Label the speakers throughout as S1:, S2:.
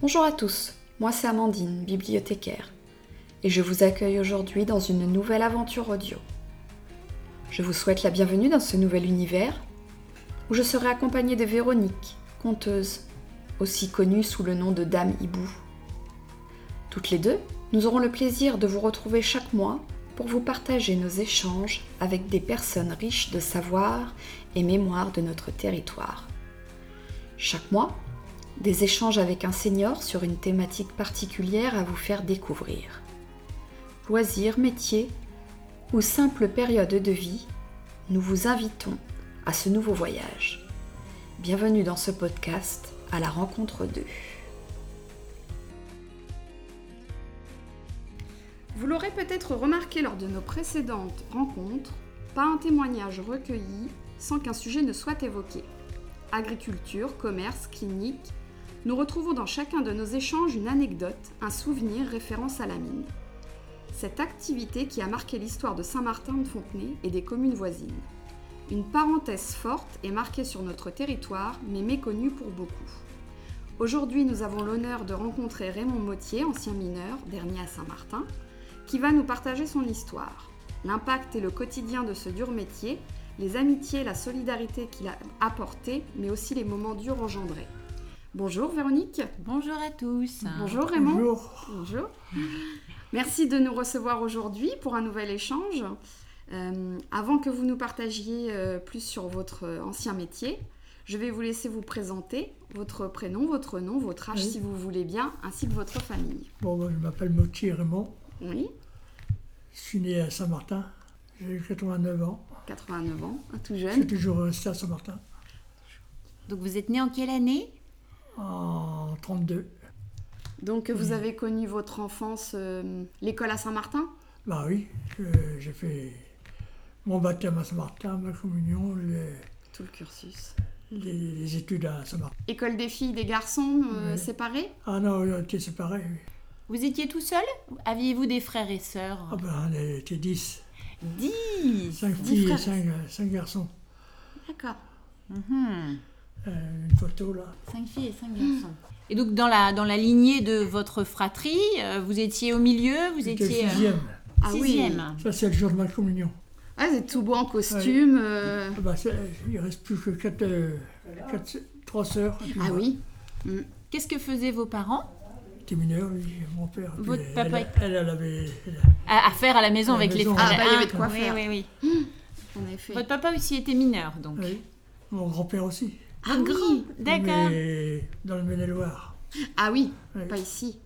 S1: Bonjour à tous, moi c'est Amandine, bibliothécaire, et je vous accueille aujourd'hui dans une nouvelle aventure audio. Je vous souhaite la bienvenue dans ce nouvel univers où je serai accompagnée de Véronique, conteuse, aussi connue sous le nom de Dame Hibou. Toutes les deux, nous aurons le plaisir de vous retrouver chaque mois pour vous partager nos échanges avec des personnes riches de savoir et mémoire de notre territoire. Chaque mois, des échanges avec un senior sur une thématique particulière à vous faire découvrir. Loisirs, métiers ou simple période de vie, nous vous invitons à ce nouveau voyage. Bienvenue dans ce podcast à la rencontre d'eux.
S2: Vous l'aurez peut-être remarqué lors de nos précédentes rencontres, pas un témoignage recueilli sans qu'un sujet ne soit évoqué. Agriculture, commerce, clinique, nous retrouvons dans chacun de nos échanges une anecdote, un souvenir référence à la mine. Cette activité qui a marqué l'histoire de Saint-Martin-de-Fontenay et des communes voisines. Une parenthèse forte et marquée sur notre territoire, mais méconnue pour beaucoup. Aujourd'hui, nous avons l'honneur de rencontrer Raymond Mottier, ancien mineur, dernier à Saint-Martin, qui va nous partager son histoire, l'impact et le quotidien de ce dur métier, les amitiés, la solidarité qu'il a apportée, mais aussi les moments durs engendrés. Bonjour Véronique.
S3: Bonjour à tous.
S2: Bonjour Raymond. Bonjour. Merci de nous recevoir aujourd'hui pour un nouvel échange. Euh, avant que vous nous partagiez euh, plus sur votre euh, ancien métier, je vais vous laisser vous présenter votre prénom, votre nom, votre âge
S4: Oui.
S2: si vous voulez bien, ainsi que votre famille.
S4: Bon, moi, je m'appelle Motti Raymond,
S2: Oui,
S4: je suis né à Saint-Martin, j'ai eu 89 ans,
S2: 89 ans, hein, tout
S4: je suis
S2: jeune.
S4: toujours resté à Saint-Martin
S3: Donc vous êtes né en quelle année
S4: en 32.
S2: Donc vous avez connu votre enfance, euh, l'école à Saint-Martin
S4: Bah oui, que j'ai fait mon baptême à Saint-Martin, ma communion, les,
S2: Tout le cursus.
S4: les- les études à Saint-Martin.
S2: École des filles, des garçons euh,
S4: Oui.
S2: séparés
S4: Ah non, on était séparés. oui.
S3: Vous étiez tout seul Aviez-vous des frères et
S4: Ah
S3: sœurs
S4: ben, on était 10,
S3: 10
S4: 5
S2: Dix
S4: filles et
S2: frères.
S4: 5, garçons.
S2: D'accord. Mhm.
S4: Euh, une photo là.
S3: 5 filles et 5 garçons. Et donc dans la, dans la lignée de votre fratrie, euh, vous étiez au milieu, vous
S4: J'étais
S3: étiez euh,
S4: sixième.
S2: Ah oui.
S3: sixième.
S4: Ça, c'est le jour de ma communion.
S2: Ah, vous êtes tout beau en costume. euh,
S4: Ah bah, c'est- il reste plus que euh, 4, 3 sœurs. et puis
S2: Ah
S4: moi.
S2: oui,
S3: Qu'est-ce que faisaient vos parents
S4: était mineur, lui, mon père. Puis
S3: Votre
S4: elle,
S3: papa
S4: Elle, elle, elle avait. elle-
S3: à, à faire à la maison
S4: À la
S3: avec
S4: maison.
S3: les frères
S2: Ah, bah, il y avait de quoi
S3: oui,
S2: faire.
S3: Oui, oui.
S2: en effet.
S3: Votre papa aussi était mineur, donc.
S4: oui. Mon grand-père aussi.
S2: Ah,
S3: Votre
S2: oui.
S3: grand- D'accord.
S4: Mais dans le Maine-et-Loire.
S2: Ah oui,
S4: Oui.
S2: pas ici.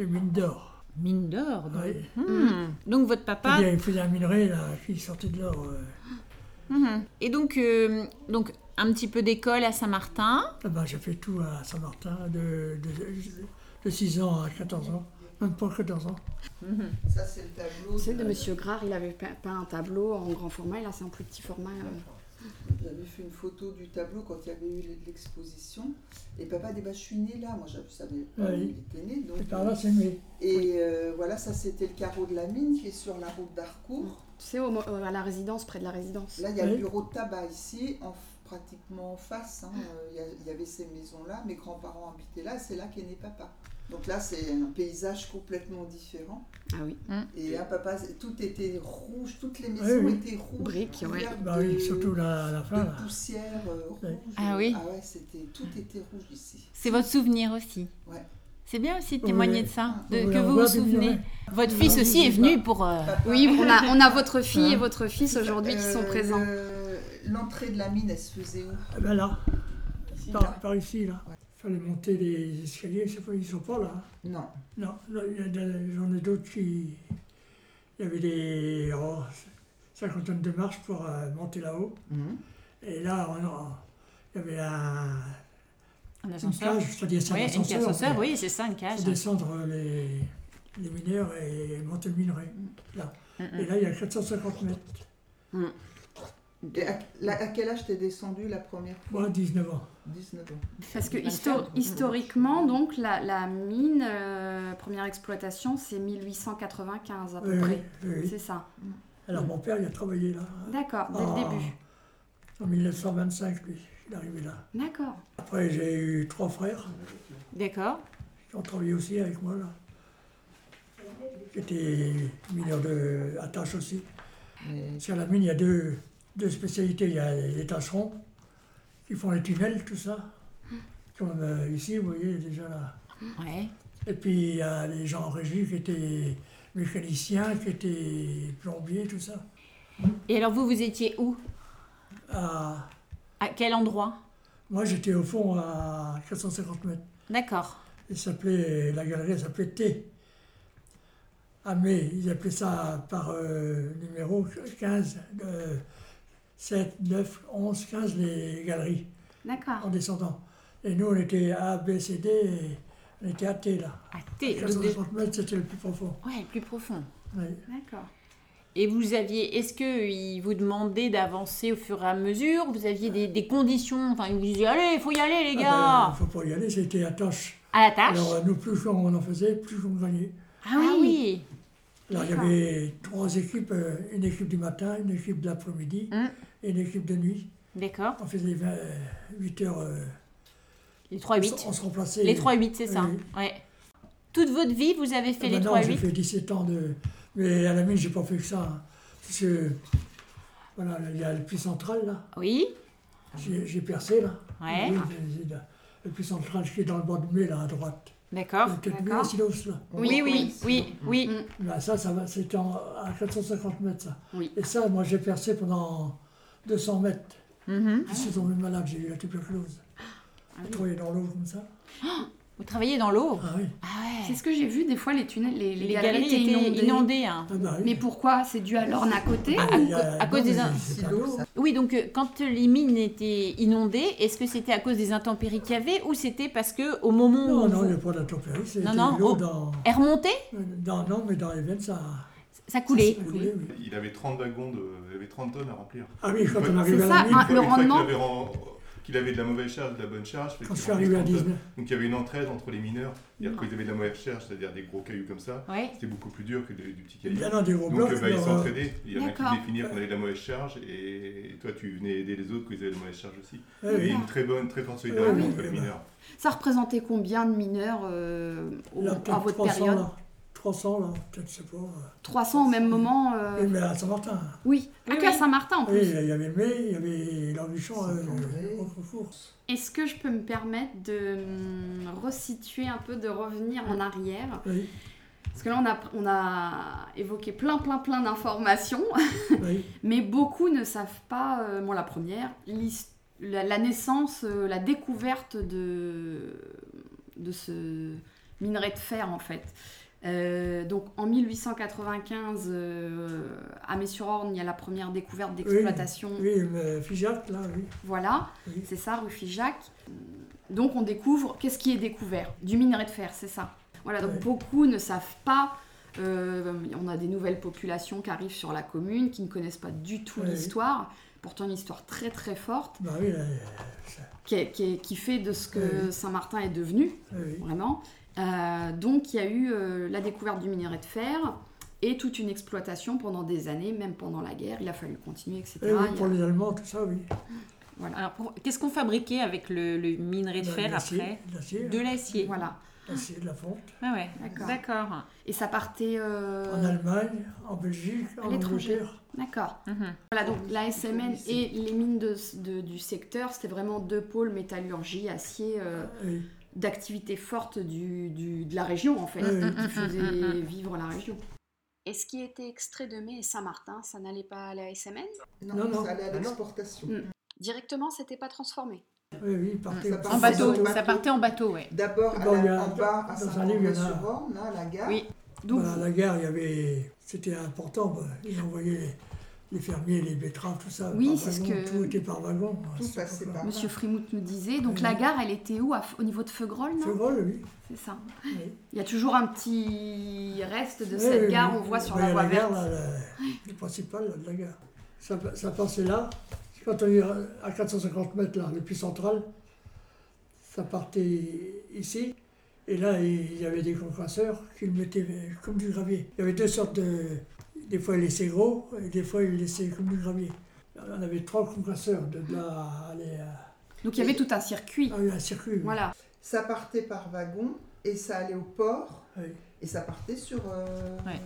S4: Et mine d'or.
S3: Mine d'or, donc.
S4: Oui. Eh
S3: Hmm. Donc votre papa.
S2: Eh
S4: Il faisait un minerai, là, qui sortait de l'or. euh.
S3: Mhm. Et donc, euh, donc un petit peu d'école à Saint-Martin.
S4: Ah bah, j'ai fait tout à Saint-Martin, de, de, 6 ans à 14 ans. Même pas 14 ans.
S5: Ça, c'est le tableau
S2: C'est de Monsieur Grard, il avait peint peint un tableau en grand format, et là c'est en plus petit format. euh.
S5: J'avais fait une photo du tableau quand il y avait eu l'exposition. Et papa dit bah, Je suis né là. Moi, je savais pas où
S4: Ah Oui.
S5: il était né.
S4: Et
S5: Donc,
S4: par là, c'est mieux.
S5: et euh, voilà, ça, c'était le carreau de la mine qui est sur la route d'Harcourt.
S2: Tu sais, au mo- euh, à la résidence, près de la résidence.
S5: Là, il y a le
S4: Oui.
S5: bureau de tabac ici, en, pratiquement en face. hein. Euh, Il y a- il y, avait ces maisons-là. Mes grands-parents habitaient là. C'est là qu'est né papa. Donc là, c'est un paysage complètement différent.
S2: Ah oui.
S5: Et là, papa, c'est- tout était rouge. Toutes les maisons
S4: oui.
S5: étaient rouges.
S2: Briques, ouais.
S5: couvertes
S4: Bah oui,
S5: de-
S4: surtout là, à la fin, là.
S5: de poussière euh, rouge.
S4: Ouais.
S3: Ah oui.
S5: Ah ouais, c'était, tout était rouge ici.
S3: C'est votre souvenir aussi.
S5: Ouais.
S3: C'est bien aussi de
S4: Oui.
S3: témoigner de ça, de,
S4: Ah, Oui,
S3: que
S4: on
S3: vous vous
S4: voit des
S3: souvenez.
S4: minerais.
S3: Votre
S4: Ah, Oui,
S3: fils
S4: oui,
S3: aussi
S4: oui,
S3: est
S4: oui.
S3: venu pour... euh,
S2: Oui, on a, on a votre fille et
S4: Ouais.
S2: votre fils aujourd'hui qui sont
S5: Hein Euh,
S2: présents.
S5: le- l'entrée de la mine, elle se faisait où
S4: Ah bah là,
S5: Ici,
S4: par,
S5: là
S4: par ici, là.
S5: Ouais.
S4: Fallait monter les escaliers, c'est pas- ils sont pas là. hein.
S5: Non.
S4: Non, là, il y a des- j'en ai d'autres qui. Il y avait des. oh, cinquantaine de marches pour euh, monter là-haut. Et là, on a- il y avait un,
S3: Un
S4: une
S3: ascenseur
S4: cage, c'est-à-dire c'est
S3: Oui,
S4: un
S3: un petit
S4: ascenseur.
S3: ascenseur,
S4: pour-
S3: oui, c'est ça, une cage.
S4: Pour descendre les, les mineurs et monter le minerai. Là.
S3: Mm,
S4: Et là, il y a 450 mètres.
S5: Et à, là, à quel âge t'es descendu la première fois
S4: Moi, 19 ans.
S5: 19 ans.
S2: Parce que
S3: Pas le
S2: histo-
S3: faire.
S2: historiquement, donc, la, la mine, euh, première exploitation, c'est 1895 à peu
S4: Oui,
S2: près.
S4: oui, oui.
S2: C'est ça.
S4: Alors, mon père, il a travaillé là. hein.
S2: D'accord, dès le
S4: en-
S5: Ah.
S2: début.
S4: En 1925, lui, il est arrivé là.
S2: D'accord.
S4: Après, j'ai eu trois frères
S3: D'accord.
S4: qui ont travaillé aussi avec moi, là, qui étaient mineurs de, à tâches aussi.
S5: Mais-
S4: Sur la mine, il y a deux, deux spécialités. Il y a les tâcherons qui font les tunnels, tout ça. Comme euh, ici, vous voyez déjà là.
S3: Ouais.
S4: Et puis il y a les gens en régie qui étaient mécaniciens, qui étaient plombiers, tout ça.
S3: Et alors vous, vous étiez où
S4: Ah,
S3: À quel endroit
S4: moi, j'étais au fond à 450 mètres.
S3: D'accord.
S4: Il s'appelait, la galerie elle s'appelait T. Ah mais ils appelaient ça par euh, numéro 15, euh, 7, 9, 11, 15 les galeries
S2: D'accord.
S3: Ah.
S4: en descendant. Et nous on était A, B, C, D, et on était à T là.
S3: À T. donc des-
S4: 460 mètres c'était le plus profond.
S3: Ouais, plus profond.
S4: Oui.
S2: D'accord.
S3: Et vous aviez, est-ce qu'ils vous demandaient d'avancer au fur et à mesure Vous aviez des, des conditions Enfin, ils vous disaient, allez, il faut y aller, les
S4: Il
S3: gars
S4: ben, faut pas y aller, c'était à tâche.
S3: À la tâche
S4: Ah, bah, Alors euh, nous plus on en faisait, plus on gagnait.
S3: Ah oui
S4: Alors il y avait trois équipes, euh, une équipe du matin, une équipe de l'après-midi
S3: Hum.
S4: et une équipe de nuit.
S3: D'accord.
S4: On faisait 8 heures. euh,
S3: Les 3 8.
S4: On se remplaçait.
S3: Les 3 8, c'est ça.
S4: Oui.
S3: Ouais. Toute votre vie, vous avez fait les
S4: Maintenant,
S3: 3
S4: j'ai
S3: 8
S4: fait 17 ans de. Mais à la mine, j'ai pas fait que ça. hein. Parce que. Voilà, il y a le puits central, là.
S3: Oui.
S4: J'ai j'ai percé, là.
S3: Ouais.
S4: Oui, j'ai- j'ai la- le puits central qui est dans le bord du mai, là, à droite.
S3: D'accord.
S4: Le tête
S2: d'accord.
S4: silos, là.
S3: Oui, oui, oui, oui.
S4: Là, ça, ça va- c'était en- à 450 mètres, ça.
S3: Oui.
S4: Et ça, moi, j'ai percé pendant 200 mètres.
S3: Mhm.
S4: Je suis tombé malade, j'ai eu la tuberculose.
S3: Ah
S4: J'ai trouvé dans l'eau comme ça.
S3: Vous travaillez dans l'eau
S4: Ah oui.
S3: Ah
S2: C'est
S3: ouais.
S2: ce que j'ai vu des fois les tunnels, les, les
S3: Les galeries étaient inondées. hein.
S4: Ah bah oui.
S2: Mais pourquoi C'est dû à l'orne à côté
S4: Ah, il y a-
S3: à cause
S4: non,
S3: des
S4: mais
S3: in-
S4: c'est pas-
S5: Silo,
S3: Oui, donc euh, quand les mines étaient inondées, est-ce que c'était à cause des intempéries qu'il y avait ou c'était parce que au moment où
S4: Non,
S3: on
S4: non, il n'y
S3: vous-
S4: a pas d'intempéries. C'est
S3: Non,
S4: de
S3: non,
S4: l'eau
S3: on-
S4: dans...
S3: elle remontait,
S4: dans- Non, mais dans les veines, ça ça
S3: ça coulait.
S4: a coulé, oui.
S6: Il avait 30 wagons, de, il avait 30 tonnes à remplir.
S4: Ah oui, quand
S6: Ouais,
S4: on arrivait
S2: c'est
S4: à
S2: ça,
S4: la mine,
S2: Ah,
S6: Une
S2: le
S6: fois qu'il
S2: rendement-
S6: avait ren- Qu'il avait de la mauvaise charge, de la bonne charge. fait
S4: quand je
S6: qu'il
S4: suis arrivé à
S6: remplit 30
S4: 19,
S6: tonnes. Donc il y avait une entraide entre les mineurs. C'est-à-dire
S3: Ouais.
S6: qu'ils avaient de la mauvaise charge, c'est-à-dire des gros cailloux comme ça.
S3: Ouais.
S6: C'était beaucoup plus dur que des- du petit
S4: il y
S6: caillou.
S4: en a des gros
S6: Donc
S4: blocs.
S6: euh, bah, ils
S4: alors, euh,
S6: s'entraidaient. Il y en a qui
S2: D'accord.
S6: définirent qu'on avait de la mauvaise charge et toi tu venais aider les autres quand ils avaient de la mauvaise charge aussi. Il y
S4: ouais,
S6: avait
S4: oui.
S6: une très bonne, très forte solidarité
S4: oui.
S6: entre les
S2: Ah
S6: mineurs.
S2: Ça représentait combien de mineurs euh, au-
S4: Là,
S2: à
S4: peut-être
S2: votre
S4: 300,
S2: période
S4: là. 300, là, peut-être, je sais pas. euh.
S2: 300 au même moment euh,
S4: Oui, mais à Saint-Martin.
S2: Oui, Ah,
S3: Oui,
S2: que à
S3: oui.
S2: Saint-Martin en
S4: Oui,
S2: plus.
S4: il y avait le mai, il y avait l'Orbichon, euh,
S5: Saint-André.
S4: Roquefort.
S2: Est-ce que je peux me permettre de hum, resituer un peu, de revenir en arrière
S4: Oui,
S2: Parce que là, on a, on a évoqué plein, plein, plein d'informations,
S4: oui.
S2: mais beaucoup ne savent pas, euh, moi la première, l'his- la, la naissance, euh, la découverte de, de ce minerai de fer en fait. Euh, donc en 1895, euh, à Mets-sur-Orne, il y a la première découverte d'exploitation.
S4: Oui, mais Figeac, là, oui.
S2: Voilà.
S4: oui.
S2: C'est ça, rue Figeac. Donc on découvre, qu'est-ce qui est découvert Du minerai de fer, c'est ça. Voilà, donc
S4: Ouais.
S2: beaucoup ne savent pas. euh, on a des nouvelles populations qui arrivent sur la commune, qui ne connaissent pas du tout
S4: Ouais.
S2: l'histoire. Pourtant une histoire très très forte,
S4: Bah oui, là,
S2: qui, est- qui est- qui fait de ce que
S4: Ouais.
S2: Saint-Martin est devenu,
S4: oui. Eh
S2: vraiment. Euh, donc il y a eu euh, la découverte du minerai de fer et toute une exploitation pendant des années, même pendant la guerre, il a fallu continuer, etc.
S4: Oui, oui,
S2: Il y a-
S4: pour les Allemands, tout ça, oui.
S3: Alors pour- qu'est-ce qu'on fabriquait avec le, le minerai de
S4: Bah,
S3: fer
S4: l'acier,
S3: après
S4: L'acier,
S3: De l'acier.
S2: Voilà.
S4: l'acier de la fonte.
S3: Ah ouais.
S2: D'accord.
S3: D'accord.
S2: Et ça partait... euh,
S4: En Allemagne, en Belgique,
S2: à
S4: en
S2: l'étranger.
S4: Angleterre.
S2: D'accord.
S3: Mhm.
S2: Voilà, donc la SMN et les mines de- de- du secteur, c'était vraiment deux pôles métallurgie, acier, euh,
S4: Oui.
S2: d'activité forte du, du- de la région en fait,
S4: Oui.
S2: qui faisait vivre la région. Et ce qui était extrait de Mai et Saint-Martin, ça n'allait pas à la SMN
S4: Non,
S5: Non,
S4: non.
S5: ça allait à l'exportation.
S2: Mm. Directement, c'était pas transformé.
S4: Oui, oui, partez
S5: Ça
S4: au-
S5: part
S3: En
S5: c'est
S3: bateau.
S5: sur le
S3: Ça
S5: bateau.
S3: partait en bateau, ouais.
S5: D'abord, à
S4: Dans
S5: la-
S4: il y a-
S5: en bas, à
S4: dans un livre, il y en a-
S5: Saint-André-sur-Orne, là, à la gare.
S3: Oui.
S2: Donc,
S4: Voilà, la guerre, il y avait, c'était important. bah, Ils envoyaient les, les fermiers, les betteraves, tout ça.
S2: Oui,
S4: par
S2: c'est ce
S4: wagon,
S2: que-
S4: Tout était par wagon.
S5: Tout passait par-
S2: Monsieur Frimouth nous disait, donc
S4: Oui.
S2: la gare, elle était où à F- Au niveau de Feugrolles,
S4: C'est
S2: non
S4: drôle, oui.
S2: C'est ça.
S4: Oui.
S2: Il y a toujours un petit reste de
S4: Oui,
S2: cette
S4: oui,
S2: gare,
S4: oui.
S2: on voit sur
S4: Bah,
S2: la
S4: il y a
S2: voie
S4: gare,
S2: verte.
S4: là, la- le principal là, de la gare. Ça, ça passait là. Quand on est à 450 mètres, là, le puits central, ça partait ici. Et là, il y avait des compresseurs qui le mettaient euh, comme du gravier. Il y avait deux sortes de. Des fois, ils laissaient gros, et des fois, ils laissaient comme du gravier. On avait trois compresseurs, de là à aller à-
S2: Donc il y avait tout un circuit.
S4: à un circuit. oui.
S2: Voilà.
S5: Ça partait par wagon. et ça allait au port
S4: Oui.
S5: et ça partait sur. euh,
S3: Ouais.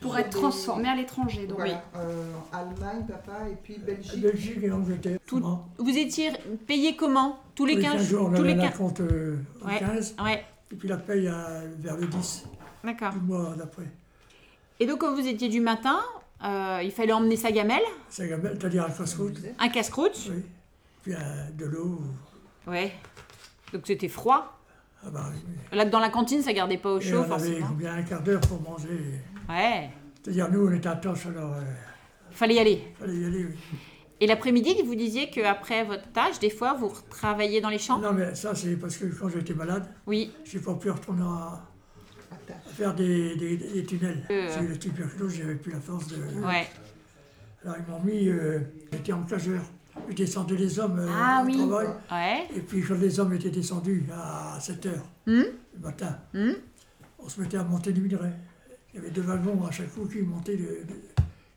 S2: pour être transformé à l'étranger. Donc,
S5: Voilà, euh, Allemagne, papa, et puis Belgique.
S4: Euh, Belgique et Angleterre.
S3: Tout-
S4: Hein.
S3: Vous étiez payé comment Tous les
S4: Tous
S3: 15
S4: jours, on
S3: Tous
S4: avait
S3: les
S4: la
S3: 15
S4: compte euh, au
S3: Ouais.
S4: 15,
S3: Ouais,
S4: et puis la paye à- vers le 10
S3: d'accord.
S4: du mois d'après.
S3: Et donc, quand vous étiez du matin, euh, il fallait emmener sa gamelle,
S4: C'est la même- C'est-à-dire à Crossroute,
S3: un casse-croûte.
S4: oui. Puis à de l'eau,
S3: Ouais. Donc, c'était froid.
S4: ah bah, oui.
S3: Là, dans la cantine, ça gardait pas au
S4: Et
S3: chaud,
S4: on avait
S3: forcément.
S4: combien un quart d'heure pour manger.
S3: Ouais.
S4: C'est-à-dire nous, on était à Tosh, alors euh,
S3: Fallait y aller.
S4: fallait y aller. oui.
S3: Et l'après-midi, vous disiez qu'après votre tâche, des fois, vous travailliez dans les champs
S4: Non mais ça, c'est parce que quand j'étais malade,
S3: Oui.
S4: j'ai pas pu retourner à,
S5: Attache.
S4: à faire des, des- des tunnels.
S3: Euh.
S4: J'ai eu la tuberculose, j'avais plus la force de...
S3: Ouais.
S4: Alors ils m'ont mis, euh, j'étais en cageur. Je descendais les hommes euh,
S3: Ah
S4: au
S3: oui.
S4: travail.
S3: Ouais.
S4: Et puis quand les hommes étaient descendus à 7 heures
S3: Hmm.
S4: le matin,
S3: Hmm.
S4: on se mettait à monter du minerai. Il y avait deux wagons à chaque coup qui montaient de, de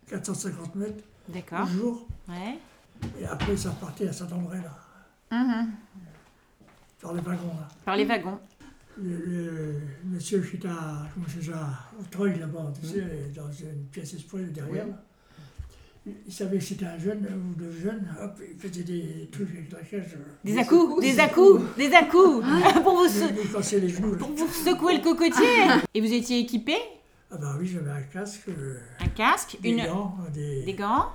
S4: 450 mètres
S3: D'accord.
S4: le jour.
S3: Ouais.
S4: Et après, ça repartait à Saint-André, là,
S3: Mhm.
S4: par les wagons, là.
S3: Par les wagons.
S4: Le, le monsieur qui était à, comment c'est ça, au Treuil, là-bas,
S3: Hmm.
S4: tu sais, dans une pièce exprès derrière, là. il, il savait que c'était un jeune ou deux jeunes, hop, il faisait des trucs avec la cage. euh,
S3: Des à-coups, des à-coups, des à-coups pour, vous se-
S4: Il cassait les genoux. là.
S3: pour vous secouer le cocotier. Et vous étiez équipé
S4: Ah bah oui, j'avais un casque, euh,
S3: Un casque,
S4: des
S3: une...
S4: gants, hein, des,
S3: des gants.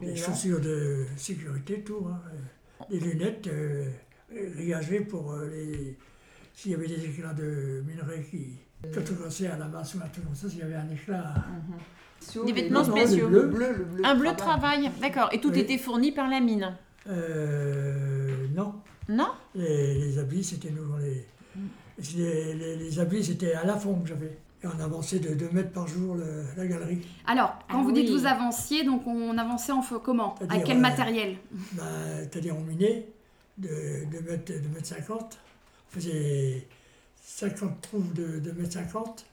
S4: des
S5: Des gants.
S4: chaussures de sécurité, tout, hein, euh, des lunettes euh, grillagées pour euh, les... S'il y avait des éclats de minerais qui... Quand on passait à la masse ou un truc comme ça, s'il y avait un éclat...
S3: Des
S5: Mais
S3: vêtements
S5: non, non,
S3: spéciaux.
S5: Le bleu, le bleu.
S3: Un bleu de
S5: travail.
S3: travail. D'accord. Et tout
S4: Oui.
S3: était fourni par la mine.
S4: Euh, non,
S3: Non
S4: les, les habits, c'était nous. on Les, les, les- les habits, c'était à la fonte que j'avais. Et on avançait de 2 mètres par jour le- la galerie.
S2: Alors, quand
S3: Ah
S2: vous
S3: oui.
S2: dites vous avanciez, donc on avançait en feu comment
S4: C'est-à-dire,
S2: Avec quel
S4: euh,
S2: matériel
S4: Bah, C'est-à-dire on minait de 2 mètres, 2 mètres 50. On faisait 50 trous de 2 mètres 50.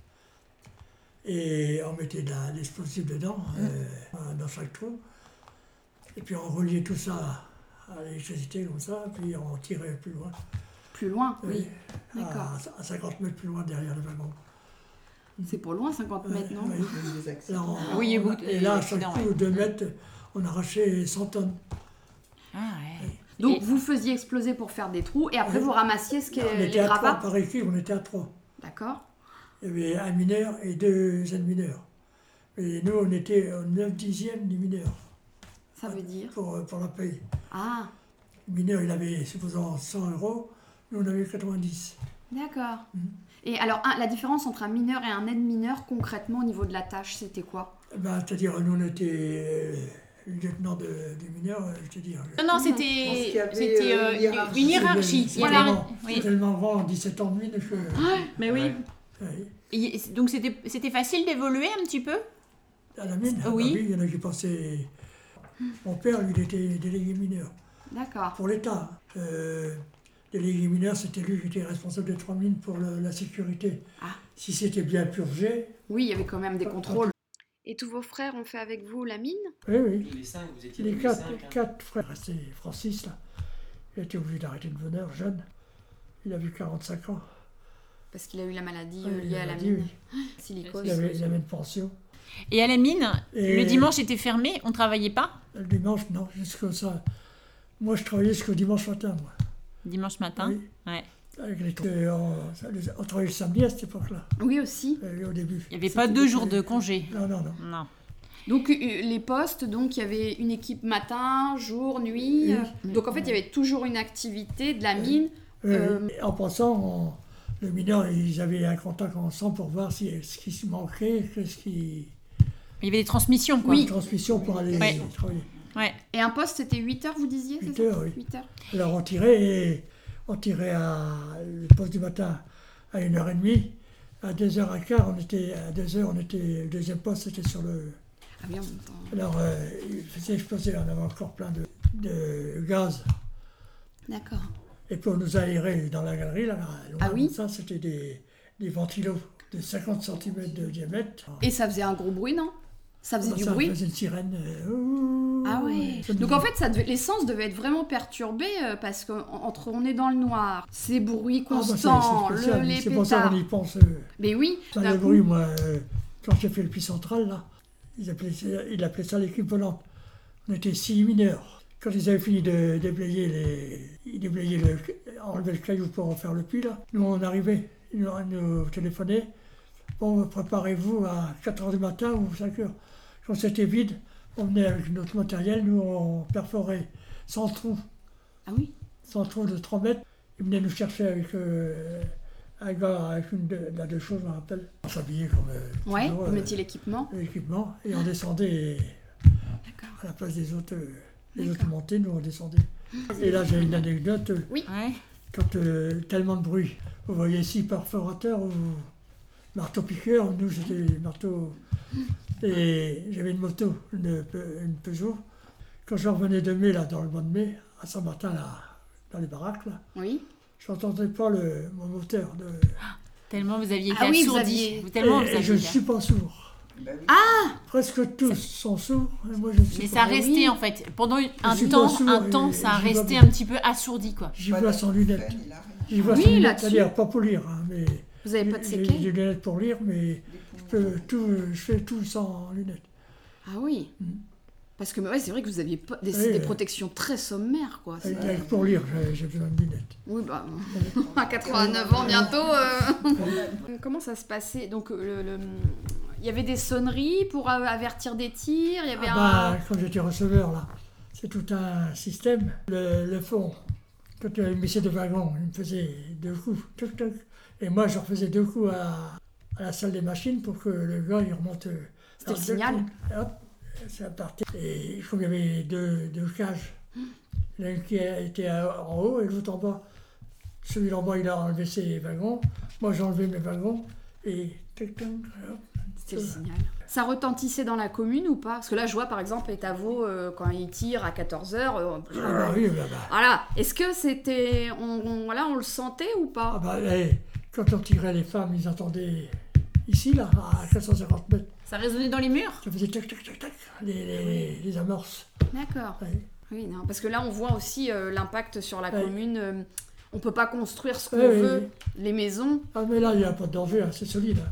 S4: Et on mettait de la- l'explosif dedans, euh, dans chaque trou. Et puis on reliait tout ça à l'électricité comme ça, puis on tirait plus loin.
S2: Plus loin, oui.
S4: Oui,
S2: D'accord.
S4: à, à 50 mètres plus loin derrière le wagon.
S2: C'est pour loin, 50 mètres, non
S4: Oui. Là, on-
S3: Oui, et
S4: on-
S3: vous-
S4: et là, à chaque
S3: accident,
S4: coup,
S3: ouais.
S4: 2 mètres, on arrachait 100 tonnes.
S3: Ah ouais.
S2: Donc
S3: Et-
S2: vous faisiez exploser pour faire des trous et après
S4: Oui.
S2: vous ramassiez ce
S4: on
S2: qu'est les
S4: était à 3
S2: gravats.
S4: par équipe, on était à 3.
S2: D'accord.
S4: Il y avait un mineur et deux admineurs. Et nous, on était au 9 dixième du mineur
S2: Ça veut dire.
S4: pour, euh, pour la paye.
S2: Ah,
S4: Le mineur, il avait, supposons, 100 euros. Nous, on avait 90.
S2: d'accord.
S4: Mhm.
S2: Et alors, un- la différence entre un mineur et un aide-mineur, concrètement, au niveau de la tâche, c'était quoi
S4: Eh ben, C'est-à-dire, nous, on était euh, lieutenant de- du mineur, euh, je te dis.
S3: Non, non,
S5: Parce qu'il
S3: c'était
S5: y avait,
S3: c'était,
S5: euh,
S3: euh,
S5: une hiérarchie.
S3: une hiérarchie.
S4: C'est
S3: Il y avait un-
S4: tellement-
S3: oui. Ah.
S4: c'est tellement grand en 17 ans de mine que... euh,
S3: Mais oui.
S6: Ouais.
S4: Ouais.
S3: Et- Donc c'était c'était facile d'évoluer un petit peu
S4: À la mine
S3: Ah oui.
S4: Ah Il y en a qui pensaient. Mon père, lui, il était délégué mineur.
S2: D'accord.
S4: Pour l'État. Euh, délégué mineur, c'était lui qui était responsable des trois mines pour le- la sécurité.
S2: Ah.
S4: Si c'était bien purgé.
S2: Oui, il y avait quand même des
S4: Pas- pas
S2: contrôles. Et tous vos frères ont fait avec vous la mine
S4: Oui, oui.
S7: Tous les cinq, vous étiez
S4: Les
S7: tous
S4: quatre,
S7: cinq, hein.
S4: quatre frères. Ah, C'est Francis, là. Il a été obligé d'arrêter de bonheur, jeune. Il a vu 45 ans.
S2: Parce qu'il a eu la maladie
S4: Oui,
S2: euh, liée
S4: la
S2: à la
S4: maladie,
S2: mine.
S4: oui.
S2: Silicose.
S4: Il avait, il avait une pension.
S3: Et à la mine,
S4: Et-
S3: le dimanche était fermé, on travaillait pas
S4: Le dimanche, non, jusqu'au ça. Moi, je travaillais jusqu'au dimanche matin, moi.
S3: dimanche matin.
S4: Oui.
S3: Hein Ouais.
S4: Avec les trous. Euh, on- ça- on travaillait le samedi à cette époque-là.
S2: Oui, aussi.
S4: Euh, au début.
S3: Il n'y avait pas deux jours de congé.
S4: Non, non, non.
S3: Non.
S2: Donc, euh, les postes, donc il y avait une équipe matin, jour, nuit. euh, Donc, en fait, il y avait toujours une activité de la mine. Euh,
S4: Et En passant, on- le mineur, ils avaient un contact ensemble pour voir si, ce qui se manquait, qu'est-ce qui.
S3: Il y avait des transmissions, quoi.
S4: une transmission pour aller
S3: Ouais.
S4: travailler.
S3: Ouais.
S2: Et un poste, c'était 8 heures, vous disiez c'est
S4: 8
S2: ça
S4: heures, oui.
S2: 8 heures.
S4: Alors on tirait, et- on tirait à le poste du matin à 1h30. À 2h15, on était, à 2h, on était, le deuxième poste, c'était sur le.
S2: Ah oui, en même temps.
S4: Alors, euh, il faisait exploser, on avait encore plein de, de gaz.
S2: D'accord.
S4: Et puis on nous aérait dans la galerie, là, loin
S2: Ah oui
S4: de ça, c'était des, des ventilos de 50 cm de diamètre.
S2: Et ça faisait un gros bruit, non Ça faisait
S4: Bah,
S2: du
S4: ça
S2: bruit.
S4: faisait une sirène. euh, ouh.
S2: Ah ouais.
S4: Ça me-
S2: Donc en fait, ça devait- l'essence devait être vraiment perturbée euh, parce qu'entre on est dans le noir, ces bruits
S4: Ah, bah, c'est- c'est
S2: constants,
S4: spécial.
S2: le, les
S4: C'est pour ça
S2: pétards.
S4: qu'on y pense. euh,
S2: Mais oui,
S4: Ça,
S2: d'un
S4: le
S2: coup-
S4: bruit, moi, euh, quand j'ai fait le puits central, là, ils appelaient ça, ils appelaient ça l'équipe volante. On était six mineurs. Quand ils avaient fini de déblayer, les, ils déblayaient le, enlever le caillou pour refaire le puits, là, nous, on arrivait, ils nous, nous téléphonaient. Bon, préparez-vous à 4h du matin ou 5h. Quand c'était vide, on venait avec notre matériel, nous, on perforait sans trou,
S2: Ah oui.
S4: sans trou de 3 mètres. Ils venaient nous chercher avec euh, un gars, avec une de, la deux choses, je me rappelle. On s'habillait comme. euh,
S2: Ouais,
S4: toujours,
S2: on
S4: euh,
S2: mettait l'équipement.
S4: l'équipement et on descendait
S2: D'accord.
S4: à la place des autres. euh, Les autres
S2: D'accord.
S4: montaient, nous on descendait. Et là j'ai une anecdote, euh,
S3: Ouais.
S4: quand euh, tellement de bruit, vous voyez ici perforateur ou marteau-piqueur, nous c'était marteau. Et j'avais une moto, une, Pe- une Peugeot. Quand je revenais de mai, là, dans le mois de mai, à Saint-Martin, là, dans les baraques, là,
S2: Oui.
S4: je n'entendais pas le, mon moteur. De...
S3: Tellement vous aviez été
S2: Ah oui, vous
S3: assourdis. hein.
S2: aviez-
S3: Tellement
S4: Et-
S3: vous
S4: et
S3: aviez
S4: Eh, je ne
S3: été-
S4: suis pas sourd.
S5: Ah
S4: Presque tous sont sourds, et moi je ne suis
S3: Mais
S4: pas. Eh
S3: ça a
S2: Oui.
S3: resté en fait. Pendant un
S4: suis
S3: temps,
S4: pas sourd,
S3: un
S4: mais
S3: temps, ça a
S4: je vois
S3: resté
S4: bien.
S3: un petit peu assourdi quoi.
S4: J'y vois sans lunettes.
S5: Il a rien.
S4: J'y vois
S2: Oui,
S4: sans lunettes,
S2: là-dessus.
S4: c'est-à-dire pas pour lire, hein, mais
S2: Vous avez pas de
S4: j'ai
S2: séquelles
S4: des lunettes pour lire, mais
S5: Les
S4: je,
S5: poumons.
S4: peux tout, je fais tout sans lunettes.
S2: Ah oui.
S4: Mhm.
S2: Parce que ouais, c'est vrai que vous aviez pas des,
S4: Oui, Ah
S2: des
S4: euh.
S2: protections très sommaires quoi. C'est-
S4: Avec- avec pour lire, j'ai- j'ai besoin de lunettes.
S2: Oui bah à 89 ans bientôt. euh. Comment ça se passait Donc euh, le- le- il y avait des sonneries pour euh, avertir des tirs. Il y avait
S4: Ah
S2: un.
S4: bah, quand j'étais receveur, là, c'est tout un système. Le, le fond, quand il me de wagon, il me faisait deux coups, toc, toc. Et moi, je refaisais deux coups à, à la salle des machines pour que le gars, il remonte. euh,
S2: C'était le
S4: deux
S2: signal.
S4: coups. Et Hop, ça partait. Et je crois qu'il y avait deux, deux cages.
S2: Hmm.
S4: Il y en a une qui était à- en haut et l'autre en bas. Celui d'en bas, il a enlevé ses wagons. Moi, j'ai enlevé mes wagons. Et toc, toc, hop.
S2: C'était le signal. Ça retentissait dans la commune ou pas Parce que là, je vois par exemple Etavo, euh, quand il tire à 14h.
S4: Ah bah oui, bah, bah.
S2: Voilà. Est-ce que c'était. On, on- voilà, on le sentait ou pas
S4: Ah bah, eh, quand on tirait les femmes, ils entendaient ici, là, à 450 mètres.
S3: Ça résonnait dans les murs.
S4: Ça faisait tac, tac, tac, tac, les, les- les amorces.
S2: D'accord.
S4: Ouais.
S2: Oui, non. Parce que là, on voit aussi euh, l'impact sur la
S4: Ouais.
S2: commune. euh, on peut pas construire ce qu'on
S4: Ouais, ouais,
S2: veut,
S4: ouais.
S2: les maisons.
S4: Eh Ah, mais là, il n'y a pas de danger, hein, c'est solide. hein.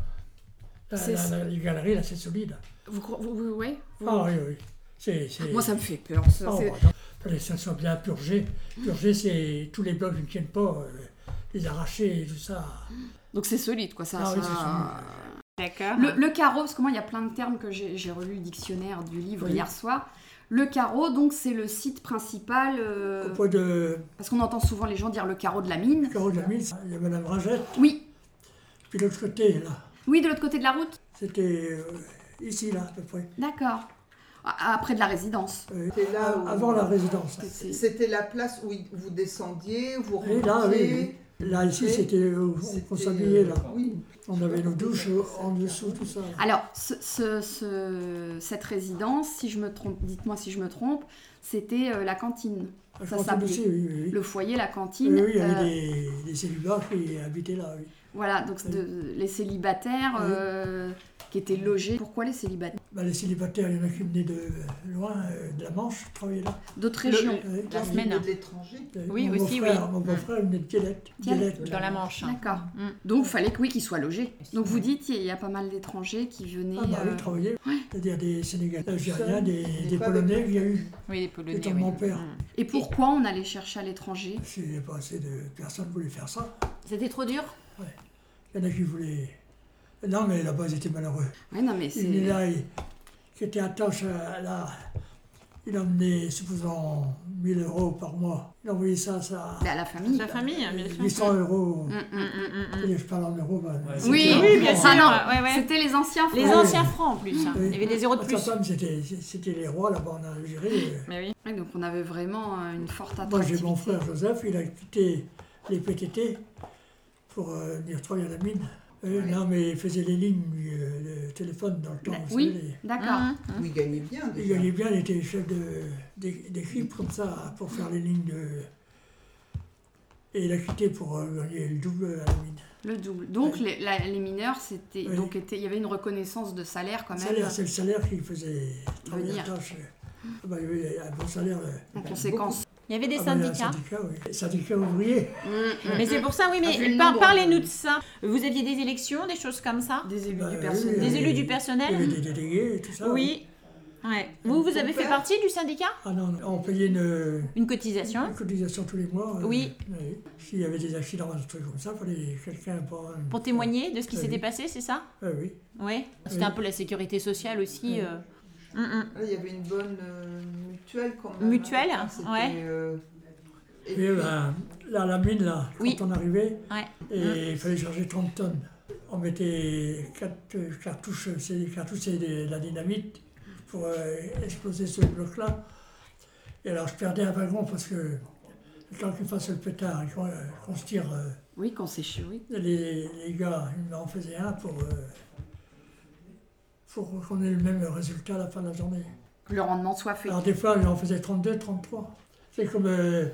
S4: Là,
S2: C'est-
S4: là, là, les galeries, là, c'est solide.
S2: Vous, cro- vous, vous- ouais, vous-
S4: Ah oui, oui. C'est, c'est...
S2: Moi, ça me fait peur. ça,
S4: Ah,
S2: c'est-
S4: bah, non. Fallait que ça soit bien purgé. Purgé, c'est tous les blocs qui ne tiennent pas, euh, les arracher et tout ça.
S2: Donc c'est solide, quoi. Ça,
S4: Ah oui,
S2: ça-
S4: c'est solide.
S3: D'accord.
S2: Le, le carreau, parce que moi, il y a plein de termes que j'ai j'ai relu le dictionnaire du livre
S4: Oui.
S2: hier soir. Le carreau, donc, c'est le site principal. euh,
S4: Au point de
S2: parce qu'on entend souvent les gens dire le carreau de la mine.
S4: Carreau de la Mille, il y avait la Bragette.
S2: Oui,
S4: Puis l'autre côté, là,
S2: oui, de l'autre côté de la route.
S4: c'était euh, ici, là, à peu près.
S2: D'accord. A- Après de la résidence.
S4: Euh,
S5: C'est là où-
S4: Avant la résidence.
S5: C'était la place où il- vous descendiez, vous
S4: Oui, là, oui,
S5: remontiez.
S4: oui. Là, ici,
S5: Et
S4: c'était. euh, On, on
S5: C'était- euh,
S4: s'habillait, là.
S5: Oui.
S4: On avait nos douches euh, en dessous, tout ça.
S2: Alors, ce- ce- ce- cette résidence, si je me trompe, dites-moi si je me trompe, c'était euh, la cantine,
S4: Je
S2: ça
S4: pense
S2: s'appelait
S4: aussi, oui, oui. oui.
S2: le foyer, la cantine.
S4: Oui, oui, il y
S2: euh,
S4: avait des, des célibats qui habitaient là, oui.
S2: Voilà, donc c'est de- les célibataires
S4: Oui.
S2: euh, qui étaient logés. Pourquoi les célibataires
S4: Bah, les célibataires, il y en a qui venaient de loin, euh, de la Manche, travaillaient là.
S2: D'autres régions.
S4: Oui.
S3: La
S5: Vous
S3: semaine.
S5: venez de l'étranger.
S4: Euh,
S3: Oui,
S4: mon
S3: aussi,
S4: beau-frère-
S3: oui.
S4: Mon beau-frère, il venait de Dialette.
S2: Dialect,
S3: Dans la Manche. hein.
S2: D'accord.
S3: Mm.
S2: Donc, il fallait que oui, qu'ils soient logés. Donc, vous dites, il y a pas mal d'étrangers qui venaient.
S4: Ah, bah oui,
S2: euh,
S4: travaillaient. C'est-à-dire des Sénégalais, des Algériens, des,
S5: n'est
S4: des
S5: pas avec
S4: Polonais,
S5: nous.
S4: il y a eu.
S3: Oui, les Polonais.
S4: Étant
S3: oui.
S4: mon père.
S3: Mm.
S2: Et pourquoi on allait chercher à l'étranger
S4: Parce qu'il n'y a pas assez de personnes qui voulaient faire ça.
S3: C'était trop dur.
S4: Il y en a qui voulaient. Non, mais là-bas, ils étaient malheureux.
S2: Ouais, non, mais
S4: Il est
S2: c'est.
S4: là, il- qui était attache à la... Il emmenait, supposons, 1000 euros par mois. Il envoyait ça, ça...
S2: Mais à la famille.
S3: La famille, hein, bien sûr.
S4: 800 euros.
S2: Mm, mm.
S3: Mm, mm, mm.
S4: Et je parle en euros, bah, c'était-
S2: Oui,
S3: Oui, bien
S2: Ah,
S3: sûr.
S2: non.
S3: ouais, ouais.
S2: C'était les anciens
S3: Les
S2: francs.
S4: Ah,
S3: anciens
S4: oui.
S3: francs en plus. hein.
S4: Oui. Ah,
S3: Il y avait des zéros de
S4: En
S3: plus.
S4: Tottenham, c'était c'était les rois là-bas en Algérie.
S3: Mais oui.
S2: Ouais, donc, on avait vraiment euh, une forte
S4: Moi,
S2: attractivité.
S4: j'ai mon frère Joseph, il a quitté les PTT pour euh, venir travailler à la mine. Euh, Non, mais il faisait les lignes, lui, euh, le téléphone dans le temps. vous
S2: Oui,
S4: savez,
S2: d'accord.
S4: Mmh.
S3: Mm.
S5: Vous gagnez bien
S4: Il
S5: déjà.
S4: gagnait bien, il était chef de- d'é- d'équipe comme ça pour faire les lignes de. Et il a quitté pour euh, gagner le double à la mine.
S2: Le double. Donc les, la- les mineurs, c'était
S4: Oui.
S2: donc était- il y avait une reconnaissance de salaire
S3: Ah,
S2: quand même.
S4: Salaire, c'est le salaire qui faisait travailler
S2: Venir.
S4: la tâche. Ah bah, il y avait un bon salaire. là.
S2: En conséquence.
S3: Il y avait des
S4: Ah bah, il y a un
S3: syndicats.
S4: syndicat, oui. Les syndicats ouvriers. Mmh.
S2: Mm, mm.
S3: Mais c'est pour ça, oui,
S2: Ah, vu
S3: mais
S2: le
S3: par-
S2: nombre.
S3: parlez-nous de ça. Vous aviez des élections, des choses comme ça
S2: Des élus
S4: Bah,
S2: du
S4: oui,
S2: personnel.
S4: oui.
S3: Des élus du
S4: Il y avait
S3: personnel
S4: des délégués et tout ça.
S3: Oui. Ouais. Vous, vous avez fait
S5: père.
S3: partie du syndicat
S4: Ah non, non, on payait une,
S3: Une
S4: une
S3: cotisation
S4: cotisation tous les mois. euh,
S3: Hein Oui.
S4: oui. S'il y avait des accidents, des trucs comme ça, il fallait quelqu'un pour...
S3: pour témoigner de ce qui
S4: Oui.
S3: s'était passé, c'est ça
S4: Ah oui.
S3: Oui. C'était un peu la sécurité sociale aussi.
S4: Oui.
S3: euh. Mm, mm.
S5: Là, il y avait une bonne euh, mutuelle quand même.
S3: Mutuelle,
S5: hein. C'était,
S3: ouais.
S5: euh, et
S4: Et
S5: puis,
S4: ben, là, à la mine, là,
S3: Oui.
S4: quand on arrivait,
S3: Ouais.
S4: et il fallait charger 30 tonnes. On mettait 4 cartouches, euh, c'est des cartouches, c'est de la dynamite pour euh, exploser ce bloc-là. Et alors, je perdais un wagon parce que le temps qu'ils fassent le pétard et qu'on euh, qu'on se tire, euh,
S2: Oui, quand c'est chaud, oui.
S4: les, les gars, ils en faisaient un pour, euh, pour qu'on ait le même résultat à la fin de la journée.
S2: Que Le rendement soit fait.
S4: Alors des fois, on en faisait 32, 33. C'est comme euh,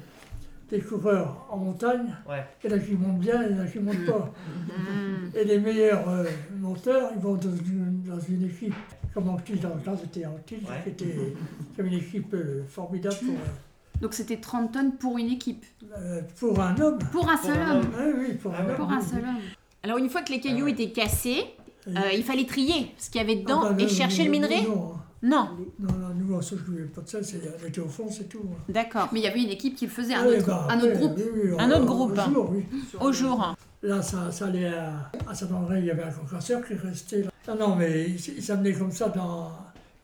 S4: des coureurs en montagne.
S7: Ouais.
S4: Il y en a qui montent bien, il y en a qui ne montent pas. Et les meilleurs euh, monteurs, ils vont dans une, dans une équipe. Comme en Kiel, dans le temps, c'était en Kiel,
S7: Ouais.
S4: qui était comme une équipe euh, formidable pour,
S2: Donc c'était 30 tonnes pour une équipe.
S4: euh, pour un homme.
S2: Pour un
S7: Pour
S2: seul
S7: un
S2: homme.
S4: Oui, oui, pour
S7: Ah
S4: un
S7: ouais.
S4: homme.
S2: Pour un seul homme.
S3: Alors, une fois que les cailloux
S7: ouais.
S3: étaient cassés,
S4: Oui.
S3: euh, il fallait trier ce qu'il y avait
S4: Ah
S3: dedans
S4: bah,
S3: et
S4: non,
S3: chercher le
S4: non,
S3: minerai
S4: Non, hein.
S3: Non.
S4: non, non, nous, on ne s'occupait pas de ça, c'est- on était au fond, c'est tout. hein.
S3: D'accord.
S2: Mais il y avait une équipe qui le faisait, un
S4: Ouais,
S2: autre,
S4: bah,
S2: un autre
S4: ouais,
S2: groupe. hein.
S4: oui, oui,
S3: Un
S4: on-
S3: autre
S4: on-
S3: groupe.
S4: un jour, oui.
S5: sur
S3: Au
S5: le-
S3: jour.
S4: Là, ça, ça allait à, à Saint-André, il y avait un concurseur qui restait là. Ah non, mais il, s- il s'amenait comme ça dans.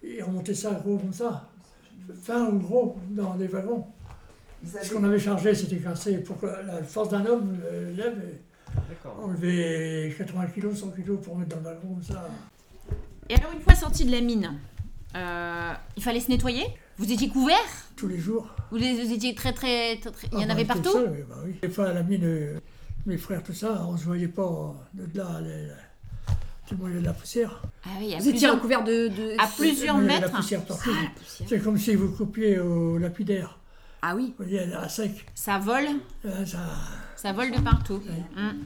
S4: Il remontait ça gros comme ça, fin ou gros, dans des wagons.
S5: Ils
S4: Ce
S5: avaient-
S4: qu'on avait chargé, c'était cassé. Pour que la force d'un homme euh, lève, et
S7: D'accord.
S4: on levait 80 kg, 100 kg pour mettre dans le wagon comme ça.
S3: Et alors, une fois sorti de la mine, euh, il fallait se nettoyer Vous étiez couvert
S4: Tous les jours.
S3: vous, les- vous étiez très, très, très, très- Il y
S4: Ah,
S3: en
S4: bah,
S3: avait
S4: tout
S3: partout
S4: seul, oui, bah oui. Des fois, à la mine, euh, mes frères, tout ça, on se voyait pas euh, de là, les, tout le monde avait de la poussière.
S3: Ah oui,
S1: Vous
S3: à
S1: étiez
S3: plusieurs,
S1: recouvert de. de-
S3: à plusieurs
S4: Il y avait de la
S3: mètres. Ah,
S4: poussière partout.
S1: poussière.
S4: C'est comme si vous coupiez au lapidaire.
S2: Ah oui.
S4: Vous voyez, à sec,
S3: Ça vole,
S4: euh, ça.
S3: ça vole de partout. Hum.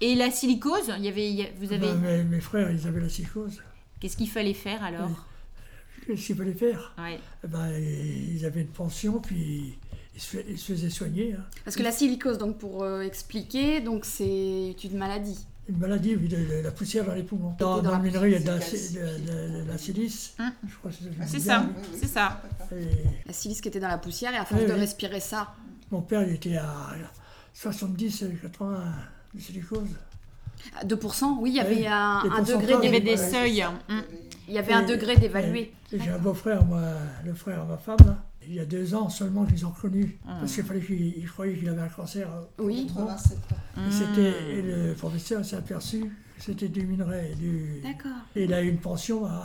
S3: Et la silicose, il y avait, il y a- vous avez,
S4: Ben, mes, mes frères, ils avaient la psychose.
S3: qu'est-ce qu'il fallait faire alors
S4: Qu'est-ce qu'ils voulaient faire
S3: Ouais.
S4: Eh ben, Ils avaient une pension, puis ils se, fais- ils se faisaient soigner. hein.
S2: Parce que la silicose, donc pour euh, expliquer, donc c'est une maladie.
S4: Une maladie, oui, de, de la poussière dans les poumons. Dans,
S5: dans
S4: dans
S5: la
S4: le minerai, il y a de la,
S5: silice,
S4: si- de- de- de la silice.
S3: Hum.
S4: Je crois que c'est
S3: C'est
S4: bien,
S3: ça,
S5: Oui, oui,
S3: c'est ça.
S4: oui. Et
S2: La silice qui était dans la poussière et à force
S4: Oui,
S2: de
S4: oui.
S2: respirer ça.
S4: mon père, il était à 70, 80 de silicose.
S2: à 2%, oui, il y avait
S4: Oui,
S2: un,
S4: les
S2: un degré
S4: pourcentages.
S3: Il y
S2: d'évaluer.
S3: avait des
S5: Ouais,
S3: seuils.
S5: c'est ça.
S3: Hum.
S5: Il y avait-
S2: Il y avait un
S4: Et-
S2: degré d'évaluer.
S4: Et J'ai un beau-frère, moi, le frère à ma femme, là. Il y a deux ans seulement qu'ils ont reconnu.
S3: Ah.
S4: Parce qu'il fallait qu'il il croyait qu'il avait un cancer. hein.
S2: Oui.
S5: 87 ans.
S4: Et
S2: Hmm.
S4: c'était- et le professeur s'est aperçu que c'était du minerai. Du...
S2: D'accord.
S4: Et il a eu une pension à, à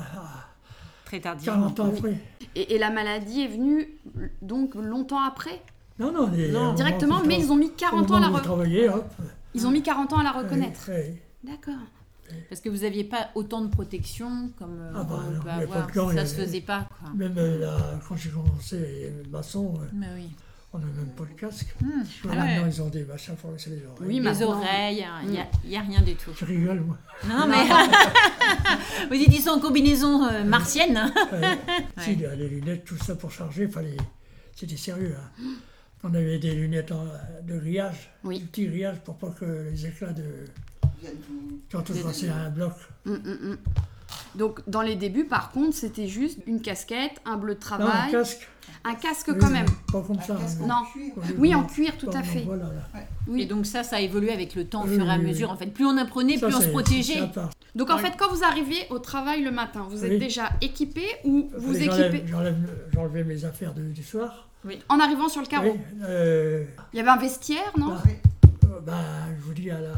S3: Très tardivement.
S4: 40 ans après.
S2: Et, et la maladie est venue euh, donc longtemps après,
S4: Non, non, euh, les- au moment
S2: directement,
S4: où il
S2: mais ils ont mis
S4: tra- au
S2: 40 ans à la
S4: moment où il
S2: re-
S4: travaillait, hop.
S2: ils ont mis 40 ans à la reconnaître.
S4: Ouais, ouais.
S2: D'accord.
S3: Parce que vous n'aviez pas autant de protection comme euh,
S4: Ah bah,
S3: on
S4: non,
S3: peut
S4: il y avait pas
S3: avoir.
S4: de gants, il y
S3: ça se
S4: avait-
S3: faisait pas, quoi.
S4: Même euh, là, quand j'ai commencé euh, maçon, euh,
S3: Mais oui.
S4: on n'a même pas le casque.
S3: Hum.
S4: Là,
S3: Ah
S4: maintenant,
S3: ouais.
S4: ils ont des machins pour laisser les oreilles.
S2: Hmm. Oui, mais-
S3: Les
S2: maintenant.
S3: oreilles, hein, il
S4: Mm.
S3: n'y a, il y a rien du tout.
S4: Je rigole, moi.
S3: Non, mais. vous dites, ils sont en combinaison euh, martienne. hein.
S4: Ouais. Si, les les lunettes, tout ça pour charger, fallait... c'était sérieux. hein. On avait des lunettes en- de grillage,
S2: Oui.
S4: du petit grillage pour pas que les éclats de.
S5: Il y a du-
S4: Quand on se lançait à un bloc,
S2: Mm, mm, mm. Donc dans les débuts, par contre, c'était juste une casquette, un bleu de
S4: non, un
S2: travail,
S4: casque.
S2: un casque
S4: Oui,
S2: Ah quand même.
S4: Pas comme
S5: Un
S4: ça. hein.
S5: casque
S4: mais-
S2: Non.
S5: en cuir.
S2: Oui, en cuir, tout
S4: Pas
S2: à
S4: comme-
S2: fait.
S4: Voilà, là.
S2: Oui.
S3: Et donc ça, ça a évolué avec le temps, au
S4: Oui,
S3: fur et à
S4: oui,
S3: mesure.
S4: oui.
S3: En fait, plus on apprenait,
S4: Ça,
S3: plus on se
S4: c'est- c'est
S3: protégeait.
S4: à part.
S2: Donc en
S3: Ouais.
S2: fait, quand vous arrivez au travail le matin, vous êtes
S4: Oui.
S2: déjà équipé ou vous
S4: Fallait que
S2: équipez
S4: j'enlève- j'enlève- J'enlevais mes affaires de- du soir.
S2: en arrivant sur le carreau
S4: Oui, euh,
S2: Il y avait un vestiaire, non
S4: Là.
S5: Oui.
S4: euh, bah, je vous dis, à la...